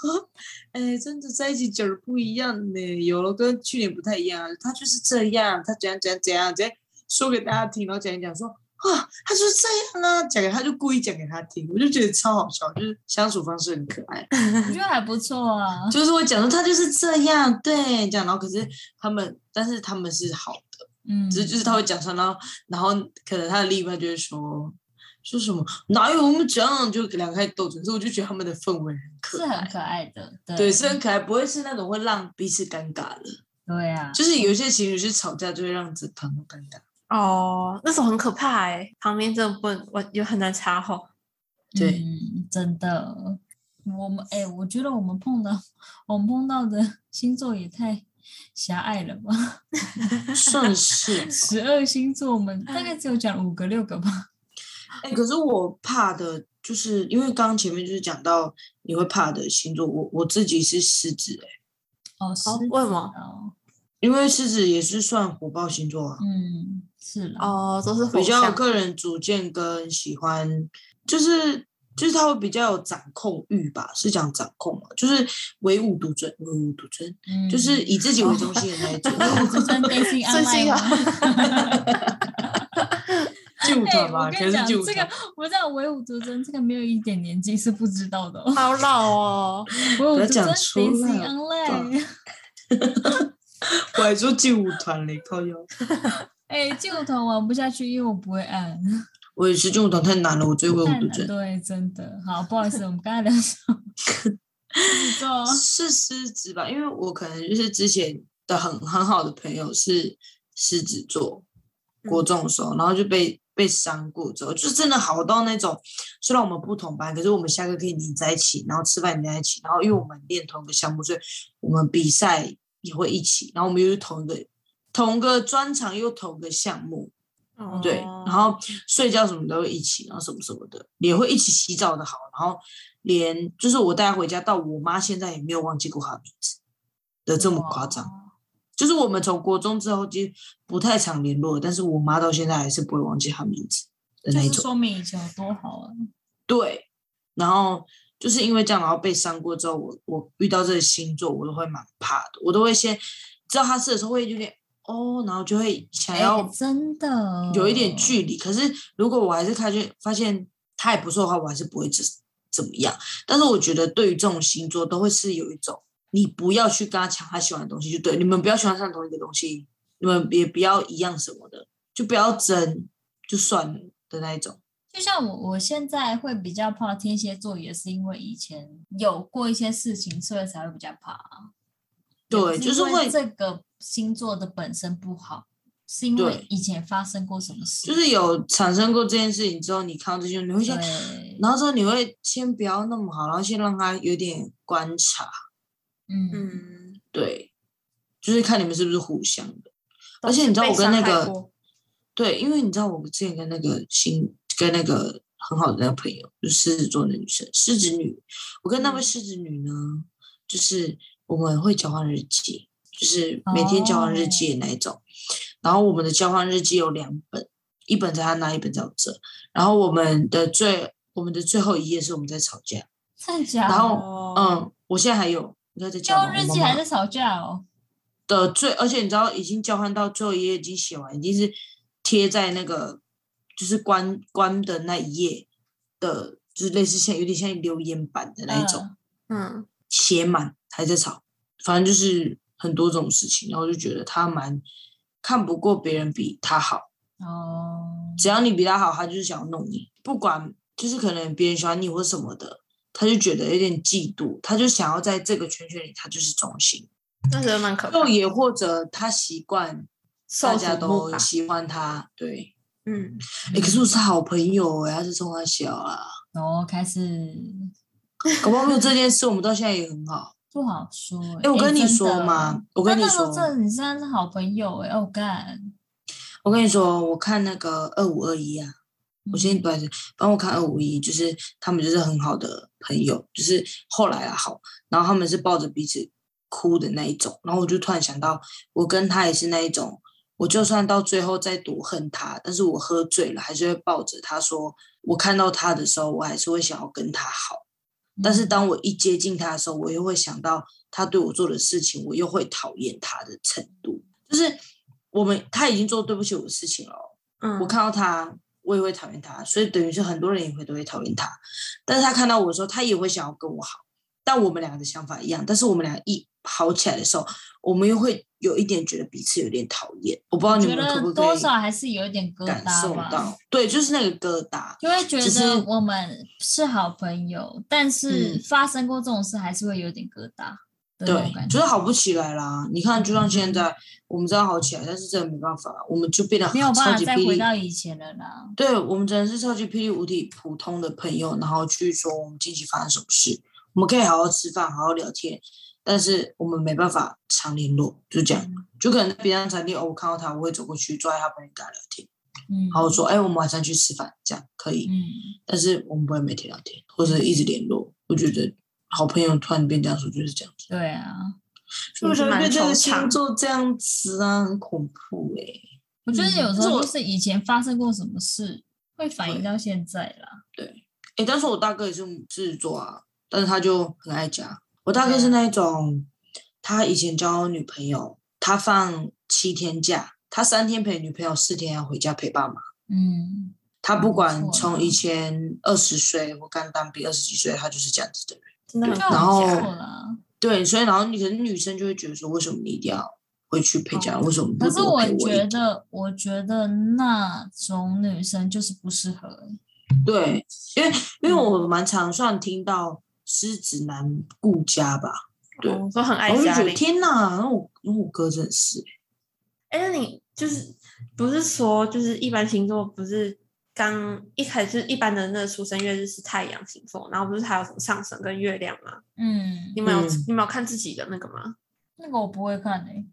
[SPEAKER 3] 哎，真的在一起久了不一样呢，有了跟去年不太一样，他就是这样，他怎样怎样怎样，直接说给大家听，然后讲一讲说，啊，他就是这样啊，讲给他就故意讲给他听，我就觉得超好笑，就是相处方式很可爱，
[SPEAKER 2] 我觉得还不错啊。
[SPEAKER 3] 就是我讲说他就是这样，对，讲，然后可是他们，但是他们是好的。
[SPEAKER 2] 嗯，
[SPEAKER 3] 只是就是他会讲出来，然后然后可能他的另一半就会说说什么哪有我们这样，就两个开始斗嘴。可是我就觉得他们的氛围很可
[SPEAKER 2] 是很
[SPEAKER 3] 爱，
[SPEAKER 2] 可爱的，对
[SPEAKER 3] 对，是很可爱，不会是那种会让彼此尴尬的。
[SPEAKER 2] 对啊，
[SPEAKER 3] 就是有一些情侣是吵架就会让这朋友尴尬，
[SPEAKER 1] 哦，那时候很可怕哎，旁边真的不能，我也很难插话。
[SPEAKER 3] 对
[SPEAKER 2] 嗯，真的，我们哎、我觉得我们碰到 我们碰到的星座也太狭隘了吧？
[SPEAKER 3] 算是。
[SPEAKER 2] 十二星座，我们大概只有讲五个六个吧。
[SPEAKER 3] 哎、可是我怕的就是因为刚刚前面就是讲到你会怕的星座，我我自己是狮子、哎，
[SPEAKER 2] 哦，狮
[SPEAKER 1] 哦
[SPEAKER 2] 子
[SPEAKER 1] 为什么
[SPEAKER 2] 哦，
[SPEAKER 3] 因为狮子也是算火爆星座啊。
[SPEAKER 2] 嗯，是了，
[SPEAKER 1] 哦，都是火
[SPEAKER 2] 嗯
[SPEAKER 3] 比较有
[SPEAKER 1] 象。
[SPEAKER 3] 个人主见跟喜欢，就是就是他会比较有掌控欲吧，是讲掌控嘛，就是唯吾独尊，唯吾独尊，
[SPEAKER 2] 嗯哦
[SPEAKER 3] 就是以自己为中心的那一种。
[SPEAKER 2] 自身内心安
[SPEAKER 1] 最
[SPEAKER 2] 慰
[SPEAKER 1] 近
[SPEAKER 2] 吗
[SPEAKER 1] 啊？
[SPEAKER 3] 就
[SPEAKER 2] 哎、
[SPEAKER 3] 他吧，
[SPEAKER 2] 我
[SPEAKER 3] 可
[SPEAKER 2] 跟你
[SPEAKER 3] 是
[SPEAKER 2] 讲，
[SPEAKER 3] 就
[SPEAKER 2] 这个我在唯吾独尊，这个没有一点年纪是不知道 的哦。
[SPEAKER 1] 好老哦，
[SPEAKER 2] 唯吾
[SPEAKER 3] 要
[SPEAKER 2] 独
[SPEAKER 3] 讲
[SPEAKER 2] 尊，内
[SPEAKER 3] 出
[SPEAKER 2] 心
[SPEAKER 3] 来
[SPEAKER 2] 安慰。
[SPEAKER 3] 我还说劲舞团嘞，靠腰。
[SPEAKER 2] 哎，劲舞团玩不下去，因为我不会按。
[SPEAKER 3] 我也是劲舞团太难了，我 最唯吾
[SPEAKER 2] 太
[SPEAKER 3] 独
[SPEAKER 2] 难，
[SPEAKER 3] 尊。
[SPEAKER 2] 对，真的好，不好意思，我们刚才聊什 么？宇宙
[SPEAKER 3] 是狮子吧？因为我可能就是之前的很很好的朋友是狮子座，
[SPEAKER 2] 嗯
[SPEAKER 3] 国中的时候，然后就被被伤过之后，就真的好到那种，虽然我们不同班，可是我们下课可以黏在一起，然后吃饭黏在一起，然后因为我们练同一个项目，所以我们比赛也会一起，然后我们又是同一个同个专长又同个项目，
[SPEAKER 1] 哦
[SPEAKER 3] 对，然后睡觉什么都会一起，然后什么什么的，也会一起洗澡的好，然后连就是我带他回家到我妈现在也没有忘记过他的名字的这么夸张。就是我们从国中之后就不太常联络，但是我妈到现在还是不会忘记他名字的
[SPEAKER 2] 就
[SPEAKER 3] 那一
[SPEAKER 2] 是
[SPEAKER 3] 种。
[SPEAKER 2] 说明以前有多好啊！
[SPEAKER 3] 对，然后就是因为这样，然后被伤过之后，我我遇到这个星座，我都会蛮怕的，我都会先知道他是的时候会有点哦，然后就会想
[SPEAKER 2] 哎、
[SPEAKER 3] 要
[SPEAKER 2] 真的哦
[SPEAKER 3] 有一点
[SPEAKER 1] 嗯
[SPEAKER 3] 距离。可是如果我还是发现发现他也不错的话，我还是不会怎怎么样。但是我觉得对于这种星座，都会是有一种你不要去跟他抢他喜欢的东西，就对，你们不要喜欢上同一个东西，你们也不要一样什么的，就不要争，就算了的那一种。
[SPEAKER 2] 就像我，我现在会比较怕天蝎座，也是因为以前有过一些事情，所以才会比较怕啊。
[SPEAKER 3] 对，就是是
[SPEAKER 2] 因为
[SPEAKER 3] 会，
[SPEAKER 2] 这个星座的本身不好，是因为
[SPEAKER 3] 对
[SPEAKER 2] 以前发生过什么事。
[SPEAKER 3] 就是有产生过这件事情之后，你看到这些，你会先，
[SPEAKER 2] 对，
[SPEAKER 3] 然后之后你会先不要那么好，然后先让他有点观察，
[SPEAKER 2] 嗯，
[SPEAKER 1] 嗯，
[SPEAKER 3] 对，就是看你们是不是互相的。
[SPEAKER 1] 都
[SPEAKER 3] 而且你知道
[SPEAKER 1] 是
[SPEAKER 3] 我
[SPEAKER 1] 被
[SPEAKER 3] 跟那
[SPEAKER 1] 伤害
[SPEAKER 3] 个
[SPEAKER 1] 过
[SPEAKER 3] 对，因为你知道我之前跟那个新跟那个很好的那个朋友，就是狮子座的女生，狮子女。我跟那位
[SPEAKER 1] 嗯
[SPEAKER 3] 狮子女呢，就是我们会交换日记，就是每天交换日记的那一
[SPEAKER 2] 哦
[SPEAKER 3] 种。然后我们的交换日记有两本，一本在他那，一本在我这。然后我们的最我们的最后一页是我们在吵架。
[SPEAKER 2] 真的假的？
[SPEAKER 3] 然后
[SPEAKER 1] 哦，
[SPEAKER 3] 嗯，我现在还有，应该在交
[SPEAKER 2] 交
[SPEAKER 3] 换
[SPEAKER 2] 日记还在吵架哦。
[SPEAKER 3] 的最，而且你知道，已经交换到最后一页，已经写完，已经是贴在那个就是关关的那一页的，就是类似像有点像留言板的那一种，
[SPEAKER 2] 嗯
[SPEAKER 1] 嗯，
[SPEAKER 3] 写满还在吵，反正就是很多种事情，然后就觉得他蛮看不过别人比他好，
[SPEAKER 2] 哦，
[SPEAKER 3] 只要你比他好，他就是想要弄你，不管就是可能别人喜欢你或什么的，他就觉得有点嫉妒，他就想要在这个圈圈里，他就是中心，
[SPEAKER 1] 那觉得蛮可怕
[SPEAKER 3] 又，也或者他习惯。
[SPEAKER 1] 受
[SPEAKER 3] 大家
[SPEAKER 1] 瞩目
[SPEAKER 3] 都
[SPEAKER 1] 吧
[SPEAKER 3] 喜欢他，对。
[SPEAKER 1] 嗯，
[SPEAKER 3] 哎、可是我是好朋友哎、他是冲他小啊，
[SPEAKER 2] 然后哦开始
[SPEAKER 3] 搞不好没有这件事，我们到现在也很好。
[SPEAKER 2] 不好说。欸
[SPEAKER 3] 哎、我跟你说嘛，，我
[SPEAKER 2] 我
[SPEAKER 3] 跟你
[SPEAKER 2] 说，
[SPEAKER 3] 说，
[SPEAKER 2] 这你现在是好朋友哎、哦干，
[SPEAKER 3] 我跟你说，我看那个二五二一啊，我
[SPEAKER 2] 嗯
[SPEAKER 3] 先不好意思，帮我看二五一，就是他们就是很好的朋友，就是后来啊好，然后他们是抱着彼此哭的那一种，然后我就突然想到，我跟他也是那一种，我就算到最后再多恨他，但是我喝醉了还是会抱着他说，我看到他的时候，我还是会想要跟他好，
[SPEAKER 2] 嗯
[SPEAKER 3] 但是当我一接近他的时候，我又会想到他对我做的事情，我又会讨厌他的程度，就是我们他已经做对不起我的事情了哦。
[SPEAKER 1] 嗯，
[SPEAKER 3] 我看到他，我也会讨厌他，所以等于是很多人也会都会讨厌他。但是他看到我的时候，他也会想要跟我好，但我们俩的想法一样。但是我们俩一好起来的时候，我们又会有一点觉得彼此有点讨厌。我不知道
[SPEAKER 2] 我
[SPEAKER 3] 你
[SPEAKER 2] 觉
[SPEAKER 3] 们可
[SPEAKER 2] 得
[SPEAKER 3] 不
[SPEAKER 2] 多
[SPEAKER 3] 可以
[SPEAKER 2] 少还是有一点疙
[SPEAKER 3] 感
[SPEAKER 2] 瘩
[SPEAKER 3] 受
[SPEAKER 2] 吧。
[SPEAKER 3] 到？对，就是那个疙瘩。
[SPEAKER 2] 就会觉
[SPEAKER 3] 只
[SPEAKER 2] 得
[SPEAKER 3] 是
[SPEAKER 2] 我们是好朋友，但是
[SPEAKER 3] 嗯
[SPEAKER 2] 发生过这种事还是会有点疙瘩的那种
[SPEAKER 3] 对，
[SPEAKER 2] 感
[SPEAKER 3] 就
[SPEAKER 2] 觉。
[SPEAKER 3] 是
[SPEAKER 2] 嗯
[SPEAKER 3] 好不起来啦。你看，就像现在，我们知道好起来，但是真的没办法，我们就变得
[SPEAKER 2] 没有
[SPEAKER 3] 超
[SPEAKER 2] 办法
[SPEAKER 3] 级
[SPEAKER 2] 再
[SPEAKER 3] 霹
[SPEAKER 2] 回
[SPEAKER 3] 雳
[SPEAKER 2] 到以前了啦。
[SPEAKER 3] 对我们只能是超级霹雳无敌普通的朋友，然后去说我们近期发生什么事，我们可以好好吃饭，好好聊天，但是我们没办法常联络，就这样。
[SPEAKER 1] 嗯
[SPEAKER 3] 就可能别人餐厅，哦，我看到他，我会走过去坐在他旁边跟他聊天，
[SPEAKER 2] 嗯，
[SPEAKER 3] 然后说，哎，我们晚上去吃饭，这样可以。
[SPEAKER 2] 嗯，
[SPEAKER 3] 但是我们不会每天聊天，或者一直联络。我觉得好朋友突然变这样说，就是这样子。
[SPEAKER 2] 对啊，
[SPEAKER 1] 也是
[SPEAKER 3] 就
[SPEAKER 1] 蛮
[SPEAKER 3] 变这
[SPEAKER 1] 惆
[SPEAKER 3] 个
[SPEAKER 1] 怅
[SPEAKER 3] 星座这样子啊，很恐怖哎、
[SPEAKER 2] 我觉得有时
[SPEAKER 3] 可是
[SPEAKER 2] 候
[SPEAKER 3] 我
[SPEAKER 2] 就是以前发生过什么事，会反映到现在啦。
[SPEAKER 3] 诶，但是我大哥也是狮子座啊，但是他就很爱家。我大哥是那一种，他以前交女朋友，他放七天假，他三天陪女朋友，四天要回家陪爸妈。
[SPEAKER 2] 嗯，
[SPEAKER 3] 他不
[SPEAKER 2] 不
[SPEAKER 3] 管
[SPEAKER 2] 错
[SPEAKER 3] 从
[SPEAKER 2] 啦
[SPEAKER 3] 以前二十岁或刚当兵二十几岁，他就是这样子的人。
[SPEAKER 1] 真的
[SPEAKER 2] 就
[SPEAKER 1] 很
[SPEAKER 2] 很
[SPEAKER 3] 然后
[SPEAKER 2] 不
[SPEAKER 1] 假
[SPEAKER 2] 错啦。
[SPEAKER 3] 对，所以然后你可能女生就会觉得说，为什么你一定要回去陪家人？为什么不
[SPEAKER 2] 哦可是
[SPEAKER 3] 多陪
[SPEAKER 2] 我
[SPEAKER 3] 我一
[SPEAKER 2] 觉
[SPEAKER 3] 点？
[SPEAKER 2] 得，我觉得那种女生就是不适合欸、
[SPEAKER 3] 对，因为因为
[SPEAKER 2] 嗯
[SPEAKER 3] 我蛮常算听到狮子男顾家吧，对
[SPEAKER 1] 哦都很爱
[SPEAKER 3] 然后我就
[SPEAKER 1] 家
[SPEAKER 3] 觉得
[SPEAKER 1] 里。
[SPEAKER 3] 天哪，那我那我哥真的是。
[SPEAKER 1] 哎，那你就是不是说就是一般星座不是刚一开始就是一般的那个出生月日是太阳星座，然后不是还有什么上升跟月亮吗？
[SPEAKER 2] 嗯
[SPEAKER 1] 你，们有、
[SPEAKER 3] 嗯
[SPEAKER 1] 你们有看自己的那个吗？
[SPEAKER 2] 那个我不会看诶、欸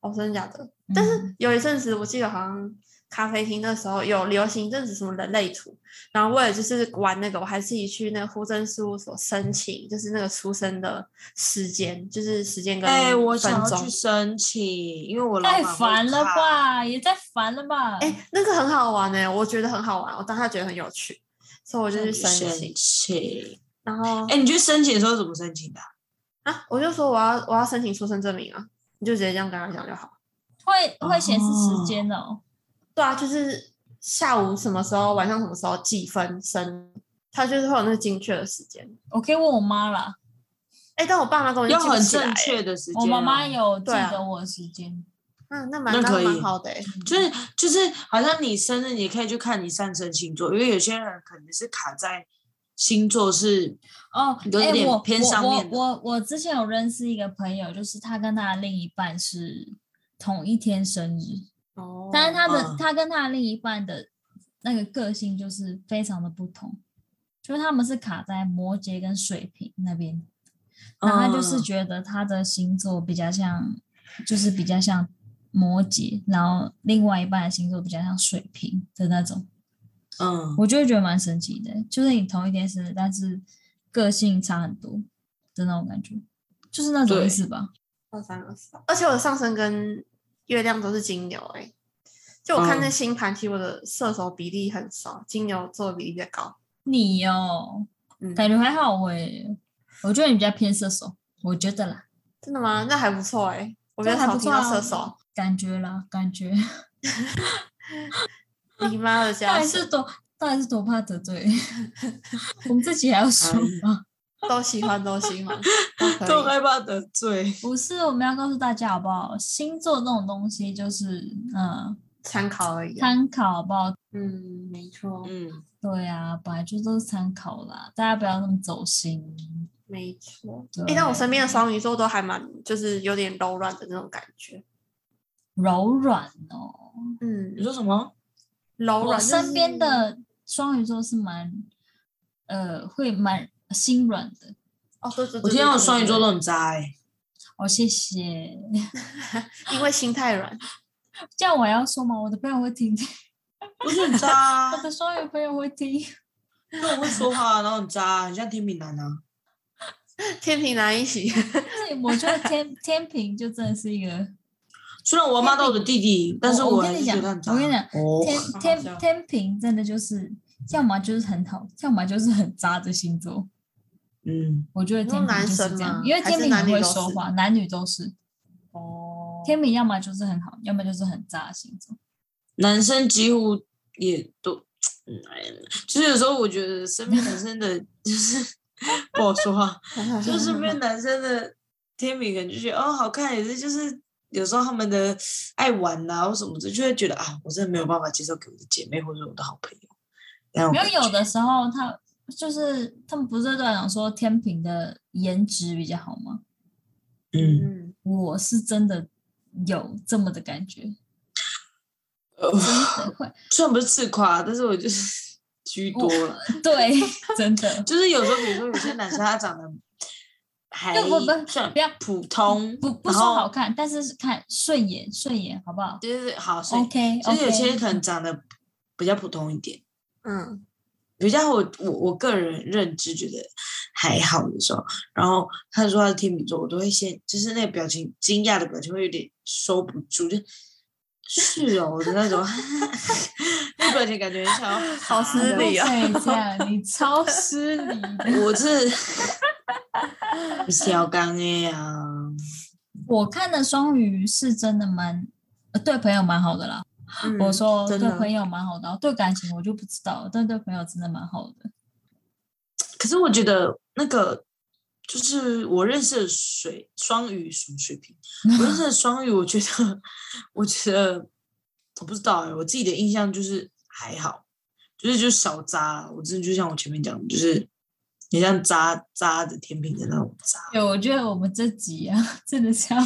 [SPEAKER 1] 哦，真的假的？但是
[SPEAKER 2] 嗯
[SPEAKER 1] 有一阵子，我记得好像咖啡厅那时候有流行一阵子什么人类图，然后为了就是玩那个，我还自己去那个户政事务所申请，就是那个出生的时间，就是时间跟
[SPEAKER 3] 哎、我
[SPEAKER 1] 分
[SPEAKER 3] 想要
[SPEAKER 1] 钟
[SPEAKER 3] 去。申请，因为我老
[SPEAKER 2] 太
[SPEAKER 3] 板会
[SPEAKER 2] 烦了
[SPEAKER 3] 看？
[SPEAKER 2] 吧，也太烦了吧。
[SPEAKER 1] 哎、那个欸很好玩哎、我觉得很好玩，我当下觉得很有趣，所以我
[SPEAKER 3] 我
[SPEAKER 1] 就去申
[SPEAKER 3] 申
[SPEAKER 1] 请。
[SPEAKER 3] 请。
[SPEAKER 1] 然后
[SPEAKER 3] 哎、你去申请的时候怎么申请的啊、
[SPEAKER 1] 啊，我就说我要我要申请出生证明啊，你就直接这样跟他讲就好。
[SPEAKER 2] 会会显示时间哦。
[SPEAKER 1] 对啊，就是下午什么时候，晚上什么时候几分生，他就是会有那个精确的时间。
[SPEAKER 2] 我可以问我妈啦，
[SPEAKER 1] 哎，但我爸妈跟我
[SPEAKER 3] 要
[SPEAKER 1] 记不
[SPEAKER 3] 很
[SPEAKER 1] 起来
[SPEAKER 3] 正
[SPEAKER 1] 欸。
[SPEAKER 3] 确的时间、哦
[SPEAKER 2] 我妈妈，有记
[SPEAKER 1] 对啊
[SPEAKER 2] 得我的时间。
[SPEAKER 1] 嗯，那蛮
[SPEAKER 3] 那可以
[SPEAKER 1] 蛮好的欸。
[SPEAKER 3] 就是就是，好像你生日你可以去看你上升星座，因为有些人可能是卡在星座是
[SPEAKER 2] 哦，
[SPEAKER 3] 有
[SPEAKER 2] 哎
[SPEAKER 3] 点
[SPEAKER 2] 我
[SPEAKER 3] 偏
[SPEAKER 2] 我
[SPEAKER 3] 上
[SPEAKER 2] 我
[SPEAKER 3] 面的
[SPEAKER 2] 我我之前有认识一个朋友，就是他跟他的另一半是同一天生日，
[SPEAKER 1] 哦
[SPEAKER 2] 但是他的、
[SPEAKER 3] 嗯
[SPEAKER 2] 他跟他的另一半的那个个性就是非常的不同，就是他们是卡在摩羯跟水瓶那边，然后他就是
[SPEAKER 3] 嗯
[SPEAKER 2] 觉得他的星座比较像，就是比较像摩羯，然后另外一半的星座比较像水瓶的那种。
[SPEAKER 3] 嗯，
[SPEAKER 2] 我就会觉得蛮神奇的，就是你同一天生日，但是个性差很多的那种感觉，就是那种
[SPEAKER 3] 对
[SPEAKER 2] 意思吧？
[SPEAKER 1] 二三二四，而且我的上升跟月亮都是金牛、欸，就我看那
[SPEAKER 3] 嗯
[SPEAKER 1] 星盘，其实我的射手比例很少，金牛座比例比较高。
[SPEAKER 2] 你哦，
[SPEAKER 1] 嗯，
[SPEAKER 2] 感觉还好诶，我觉得你比较偏射手，我觉得啦，
[SPEAKER 1] 真的吗？那还不错哎、我
[SPEAKER 2] 我
[SPEAKER 1] 觉得
[SPEAKER 2] 还
[SPEAKER 1] 少
[SPEAKER 2] 不
[SPEAKER 1] 听
[SPEAKER 2] 错
[SPEAKER 1] 到
[SPEAKER 2] 啊
[SPEAKER 1] 射手，
[SPEAKER 2] 感觉啦，感觉
[SPEAKER 1] 你妈的
[SPEAKER 2] 到
[SPEAKER 1] 家
[SPEAKER 2] 底是多到底是多怕得罪， 我们自己还要
[SPEAKER 1] 哎
[SPEAKER 2] 说吗？
[SPEAKER 1] 都喜欢都喜 欢，
[SPEAKER 3] 都
[SPEAKER 1] 都可以。
[SPEAKER 3] 害怕得罪。
[SPEAKER 2] 不是，我们要告诉大家好不好？星座这种东西就是嗯
[SPEAKER 1] 参考而已啊、
[SPEAKER 2] 参考好不好？
[SPEAKER 1] 嗯，没错，
[SPEAKER 3] 嗯，
[SPEAKER 2] 对啊，本来就都是参考啦，大家不要那么走心。
[SPEAKER 1] 没错。
[SPEAKER 2] 对
[SPEAKER 1] 哎、但我身边的双鱼座都还蛮，就是有点柔软的那种感觉。
[SPEAKER 2] 柔软哦。
[SPEAKER 1] 嗯
[SPEAKER 3] 你，说什么？
[SPEAKER 1] 柔
[SPEAKER 2] 我
[SPEAKER 1] 软。
[SPEAKER 2] 身边
[SPEAKER 1] 就是
[SPEAKER 2] 的双鱼座是蛮，呃，会蛮心软的。
[SPEAKER 1] 哦，对对对
[SPEAKER 3] 我听到双鱼座都，很渣哎、
[SPEAKER 2] 哦，谢谢。
[SPEAKER 1] 对对对因为心太软。
[SPEAKER 2] 这样我还要说吗？我的朋友会听，
[SPEAKER 3] 我觉得很渣、啊
[SPEAKER 2] 我，的双鱼朋友会听。
[SPEAKER 3] 因为我会说话，啊然后很渣、很像天秤男啊。
[SPEAKER 1] 天平男一起，
[SPEAKER 2] 对，我觉得天天平就真的是一个，
[SPEAKER 1] 哦
[SPEAKER 3] 虽然我妈到我的弟弟，但是
[SPEAKER 2] 我
[SPEAKER 3] 还
[SPEAKER 2] 跟
[SPEAKER 3] 是
[SPEAKER 2] 你
[SPEAKER 3] 觉
[SPEAKER 2] 讲，
[SPEAKER 3] 得他很渣。
[SPEAKER 2] 我跟你讲，
[SPEAKER 3] 哦，
[SPEAKER 1] 好
[SPEAKER 2] 天
[SPEAKER 1] 笑
[SPEAKER 2] 天天平真的就是，要么就是很好，要么就是很渣的星座。
[SPEAKER 3] 嗯，
[SPEAKER 2] 我觉得
[SPEAKER 1] 你说
[SPEAKER 2] 天平
[SPEAKER 1] 男
[SPEAKER 2] 就是
[SPEAKER 1] 生
[SPEAKER 2] 这样
[SPEAKER 1] 吗，
[SPEAKER 2] 因为
[SPEAKER 1] 还
[SPEAKER 2] 天
[SPEAKER 1] 是
[SPEAKER 2] 平
[SPEAKER 1] 男
[SPEAKER 2] 很
[SPEAKER 1] 女
[SPEAKER 2] 会
[SPEAKER 1] 都
[SPEAKER 2] 说
[SPEAKER 1] 是
[SPEAKER 2] 话，男女都是。
[SPEAKER 1] 哦
[SPEAKER 2] 天平要么就是很好，要么就是很渣的星座。
[SPEAKER 3] 男生几乎也都，嗯，哎就是有时候我觉得身边男生的，就是 不好说话，就是身边男生的天平可能就觉得哦好看，也是就是有时候他们的爱玩呐、或什么的，就会觉得啊，我真的没有办法介绍给我的姐妹或者我的好朋友。然后
[SPEAKER 2] 没有有的时候他就是他们不是都讲说天平的颜值比较好吗？
[SPEAKER 3] 嗯，
[SPEAKER 1] 嗯，
[SPEAKER 2] 我是真的有这么的感觉，
[SPEAKER 3] 呃
[SPEAKER 2] 真的会
[SPEAKER 3] 虽然不是自夸，但是我就是居多了。
[SPEAKER 2] 对，真的
[SPEAKER 3] 就是有时候，比如说有些男生他长得还
[SPEAKER 2] 不不
[SPEAKER 1] 哎
[SPEAKER 3] 算
[SPEAKER 2] 不要
[SPEAKER 3] 普通，
[SPEAKER 2] 不不
[SPEAKER 3] 然
[SPEAKER 2] 说
[SPEAKER 3] 后
[SPEAKER 2] 好看，但是看顺眼顺眼好不好
[SPEAKER 3] 就是好，所以
[SPEAKER 2] ？OK
[SPEAKER 3] 就是有些
[SPEAKER 2] OK，
[SPEAKER 3] 可能长得比较普通一点，
[SPEAKER 1] 嗯，
[SPEAKER 3] 比较我我我个人认知觉得还好的时候，然后他说他是天秤座，我都会先就是那个表情惊讶的表情会有点收不住，就是哦的那种， 那表情感觉很想要
[SPEAKER 1] 好
[SPEAKER 3] 哈
[SPEAKER 1] 失礼啊
[SPEAKER 2] 不可以这样， 你超失礼的。
[SPEAKER 3] 我是 小刚哎呀，
[SPEAKER 2] 我看的双鱼是真的蛮呃对朋友蛮好的啦，
[SPEAKER 1] 嗯
[SPEAKER 2] 我说
[SPEAKER 3] 真
[SPEAKER 2] 对
[SPEAKER 3] 的
[SPEAKER 2] 朋友蛮好的啊，对感情我就不知道，但对朋友真的蛮好的。
[SPEAKER 3] 可是我觉得那个就是我认识的水双鱼什么水 瓶，我认识的双鱼，我觉得，我觉得我不知道哎、我自己的印象就是还好，就是就是小渣啦，我真的就像我前面讲的，就是你像渣渣的甜品的那种渣，
[SPEAKER 2] 对，我觉得我们这集啊，真 的是要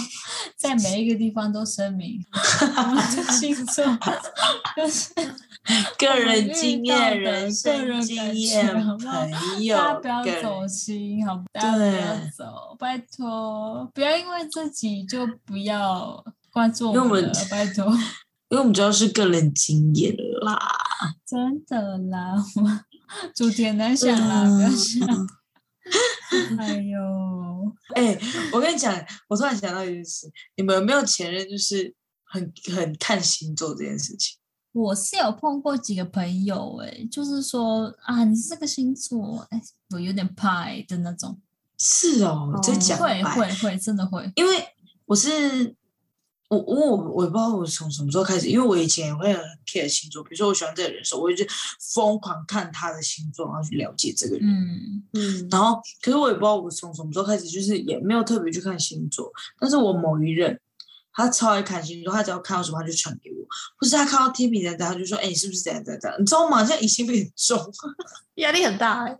[SPEAKER 2] 在每一个地方都声明，我们 的星座就是
[SPEAKER 3] 个
[SPEAKER 2] 们
[SPEAKER 3] 人
[SPEAKER 2] 哦遇
[SPEAKER 3] 经
[SPEAKER 2] 到的
[SPEAKER 3] 验、人
[SPEAKER 2] 个
[SPEAKER 3] 生
[SPEAKER 2] 人
[SPEAKER 3] 经
[SPEAKER 2] 感
[SPEAKER 3] 验、
[SPEAKER 2] 觉好不好
[SPEAKER 3] 朋
[SPEAKER 2] 大家
[SPEAKER 3] 友，
[SPEAKER 2] 不要
[SPEAKER 3] 个人
[SPEAKER 2] 走心，好不好，大家不要
[SPEAKER 3] 对
[SPEAKER 2] 走，拜托，不要因为自己就不要关
[SPEAKER 3] 因
[SPEAKER 2] 注我
[SPEAKER 3] 为我
[SPEAKER 2] 们
[SPEAKER 3] 们
[SPEAKER 2] 了，拜托，
[SPEAKER 3] 因为我们主要是个人经验啦，
[SPEAKER 2] 真的啦，我们 主题很难想啦，
[SPEAKER 3] 嗯
[SPEAKER 2] 不要想，哎呦。
[SPEAKER 3] 哎、我跟你讲，我突然想到一件事，你们有没有前任就是很很看星座这件事情？
[SPEAKER 2] 我是有碰过几个朋友、欸，就是说啊，你是这个星座，哎、我有点怕、欸、的那种，
[SPEAKER 3] 是哦，这
[SPEAKER 1] 哦
[SPEAKER 3] 讲
[SPEAKER 2] 会
[SPEAKER 3] 白
[SPEAKER 2] 会会，真的会，
[SPEAKER 3] 因为我是我我我也不知道我从什么时候开始，因为我以前也会很 care 星座，比如说我喜欢这个人的时候，我就去疯狂看他的星座，然后去了解这个人。
[SPEAKER 2] 嗯
[SPEAKER 1] 嗯，
[SPEAKER 3] 然后，可是我也不知道我从什么时候开始，就是也没有特别去看星座。但是我某一任，他超爱看星座，他只要看到什么他就传给我，或是他看到 Timmy 的，他就说：“哎、你是不是怎样怎样怎样？”你知道吗？现在疑心病很重。
[SPEAKER 1] 压力很大、欸。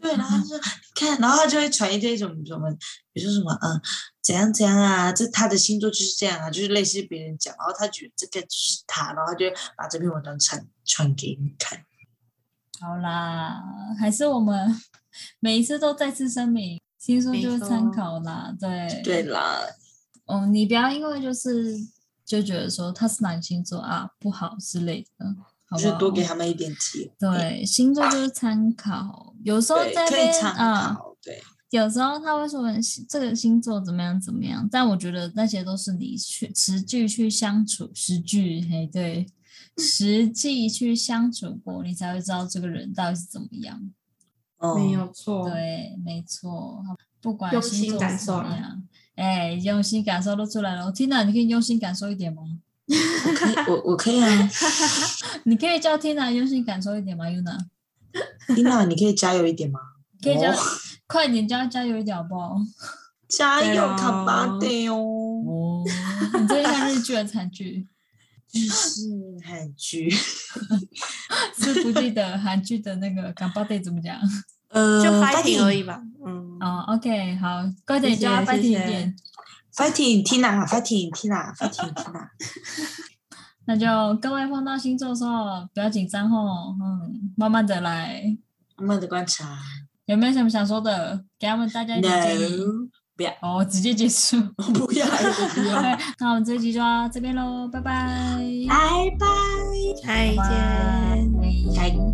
[SPEAKER 3] 对，然后他就说看，然后他就会传一堆什么什么，比如说什么嗯、呃怎样怎样啊，这他的星座就是这样啊，就是类似别人讲，然后他觉得这个就是他，然后他就会把这篇文章传传给你看。
[SPEAKER 2] 好啦，还是我们每一次都再次声明，星座
[SPEAKER 1] 没
[SPEAKER 2] 就是参
[SPEAKER 1] 错
[SPEAKER 2] 考啦，对
[SPEAKER 3] 对，啦，
[SPEAKER 2] 嗯，你不要因为就是就觉得说他是哪个星座啊不好之类的，好
[SPEAKER 3] 就
[SPEAKER 2] 不
[SPEAKER 3] 是
[SPEAKER 2] 好？
[SPEAKER 3] 多给他们一点题，
[SPEAKER 2] 哦对，星座就是参考，有时候
[SPEAKER 3] 对，
[SPEAKER 2] 在那
[SPEAKER 3] 可以
[SPEAKER 2] 边
[SPEAKER 3] 参
[SPEAKER 2] 啊、
[SPEAKER 3] 考，对。
[SPEAKER 2] 有时候他会说星这个星座怎么样怎么样，但我觉得那些都是你去实际去相处，实际嘿对，
[SPEAKER 1] 嗯
[SPEAKER 2] 实际去相处过，你才会知道这个人到底是怎么样。
[SPEAKER 3] 嗯
[SPEAKER 1] 没有错，
[SPEAKER 2] 对，没错，不管
[SPEAKER 1] 哦用
[SPEAKER 2] 星
[SPEAKER 1] 心
[SPEAKER 2] 座
[SPEAKER 1] 感
[SPEAKER 2] 是怎
[SPEAKER 1] 受啊
[SPEAKER 2] 么
[SPEAKER 1] 啦
[SPEAKER 2] 样，哎，用心感受都出来了。听到你可以用心感受一点吗？
[SPEAKER 3] 可以 我我可以啊
[SPEAKER 2] 你可以叫 Tina 用心感受一点吗，Yuna？
[SPEAKER 3] ，Tina，你可以加油一点吗？
[SPEAKER 2] 可以叫、
[SPEAKER 3] 哦
[SPEAKER 2] 快点叫她加油一点好不 好？
[SPEAKER 3] 加
[SPEAKER 1] 对
[SPEAKER 3] 油，
[SPEAKER 1] 啊
[SPEAKER 3] 卡巴的哦，
[SPEAKER 2] 哦， 你最近看日剧还是韩剧？
[SPEAKER 3] 就是韩 剧，
[SPEAKER 2] 是不记得韩剧的那个 g a m b a d 怎么讲？
[SPEAKER 3] 呃
[SPEAKER 1] 就 fighting 而已吧。嗯，
[SPEAKER 2] 哦，OK，好，快点
[SPEAKER 1] 谢
[SPEAKER 2] 叫他
[SPEAKER 1] 谢
[SPEAKER 2] 快
[SPEAKER 1] 谢
[SPEAKER 2] 点一
[SPEAKER 1] 谢
[SPEAKER 2] 点。
[SPEAKER 3] ，fighting，Tina，fighting，Tina，fighting，Tina。
[SPEAKER 2] 那就各位碰到星座的时候不要紧张哦，嗯，慢慢的来。
[SPEAKER 3] 慢慢的观察。
[SPEAKER 2] 有没有什么想说的？给他们大家一点建议。
[SPEAKER 3] No，不要，
[SPEAKER 2] 哦，直接 结束。
[SPEAKER 3] 我不要，我不要。
[SPEAKER 2] 对，那我们这集就到这边喽，拜拜。
[SPEAKER 3] 拜拜。
[SPEAKER 1] 再
[SPEAKER 2] 拜
[SPEAKER 1] 见。
[SPEAKER 2] 拜
[SPEAKER 3] 再见。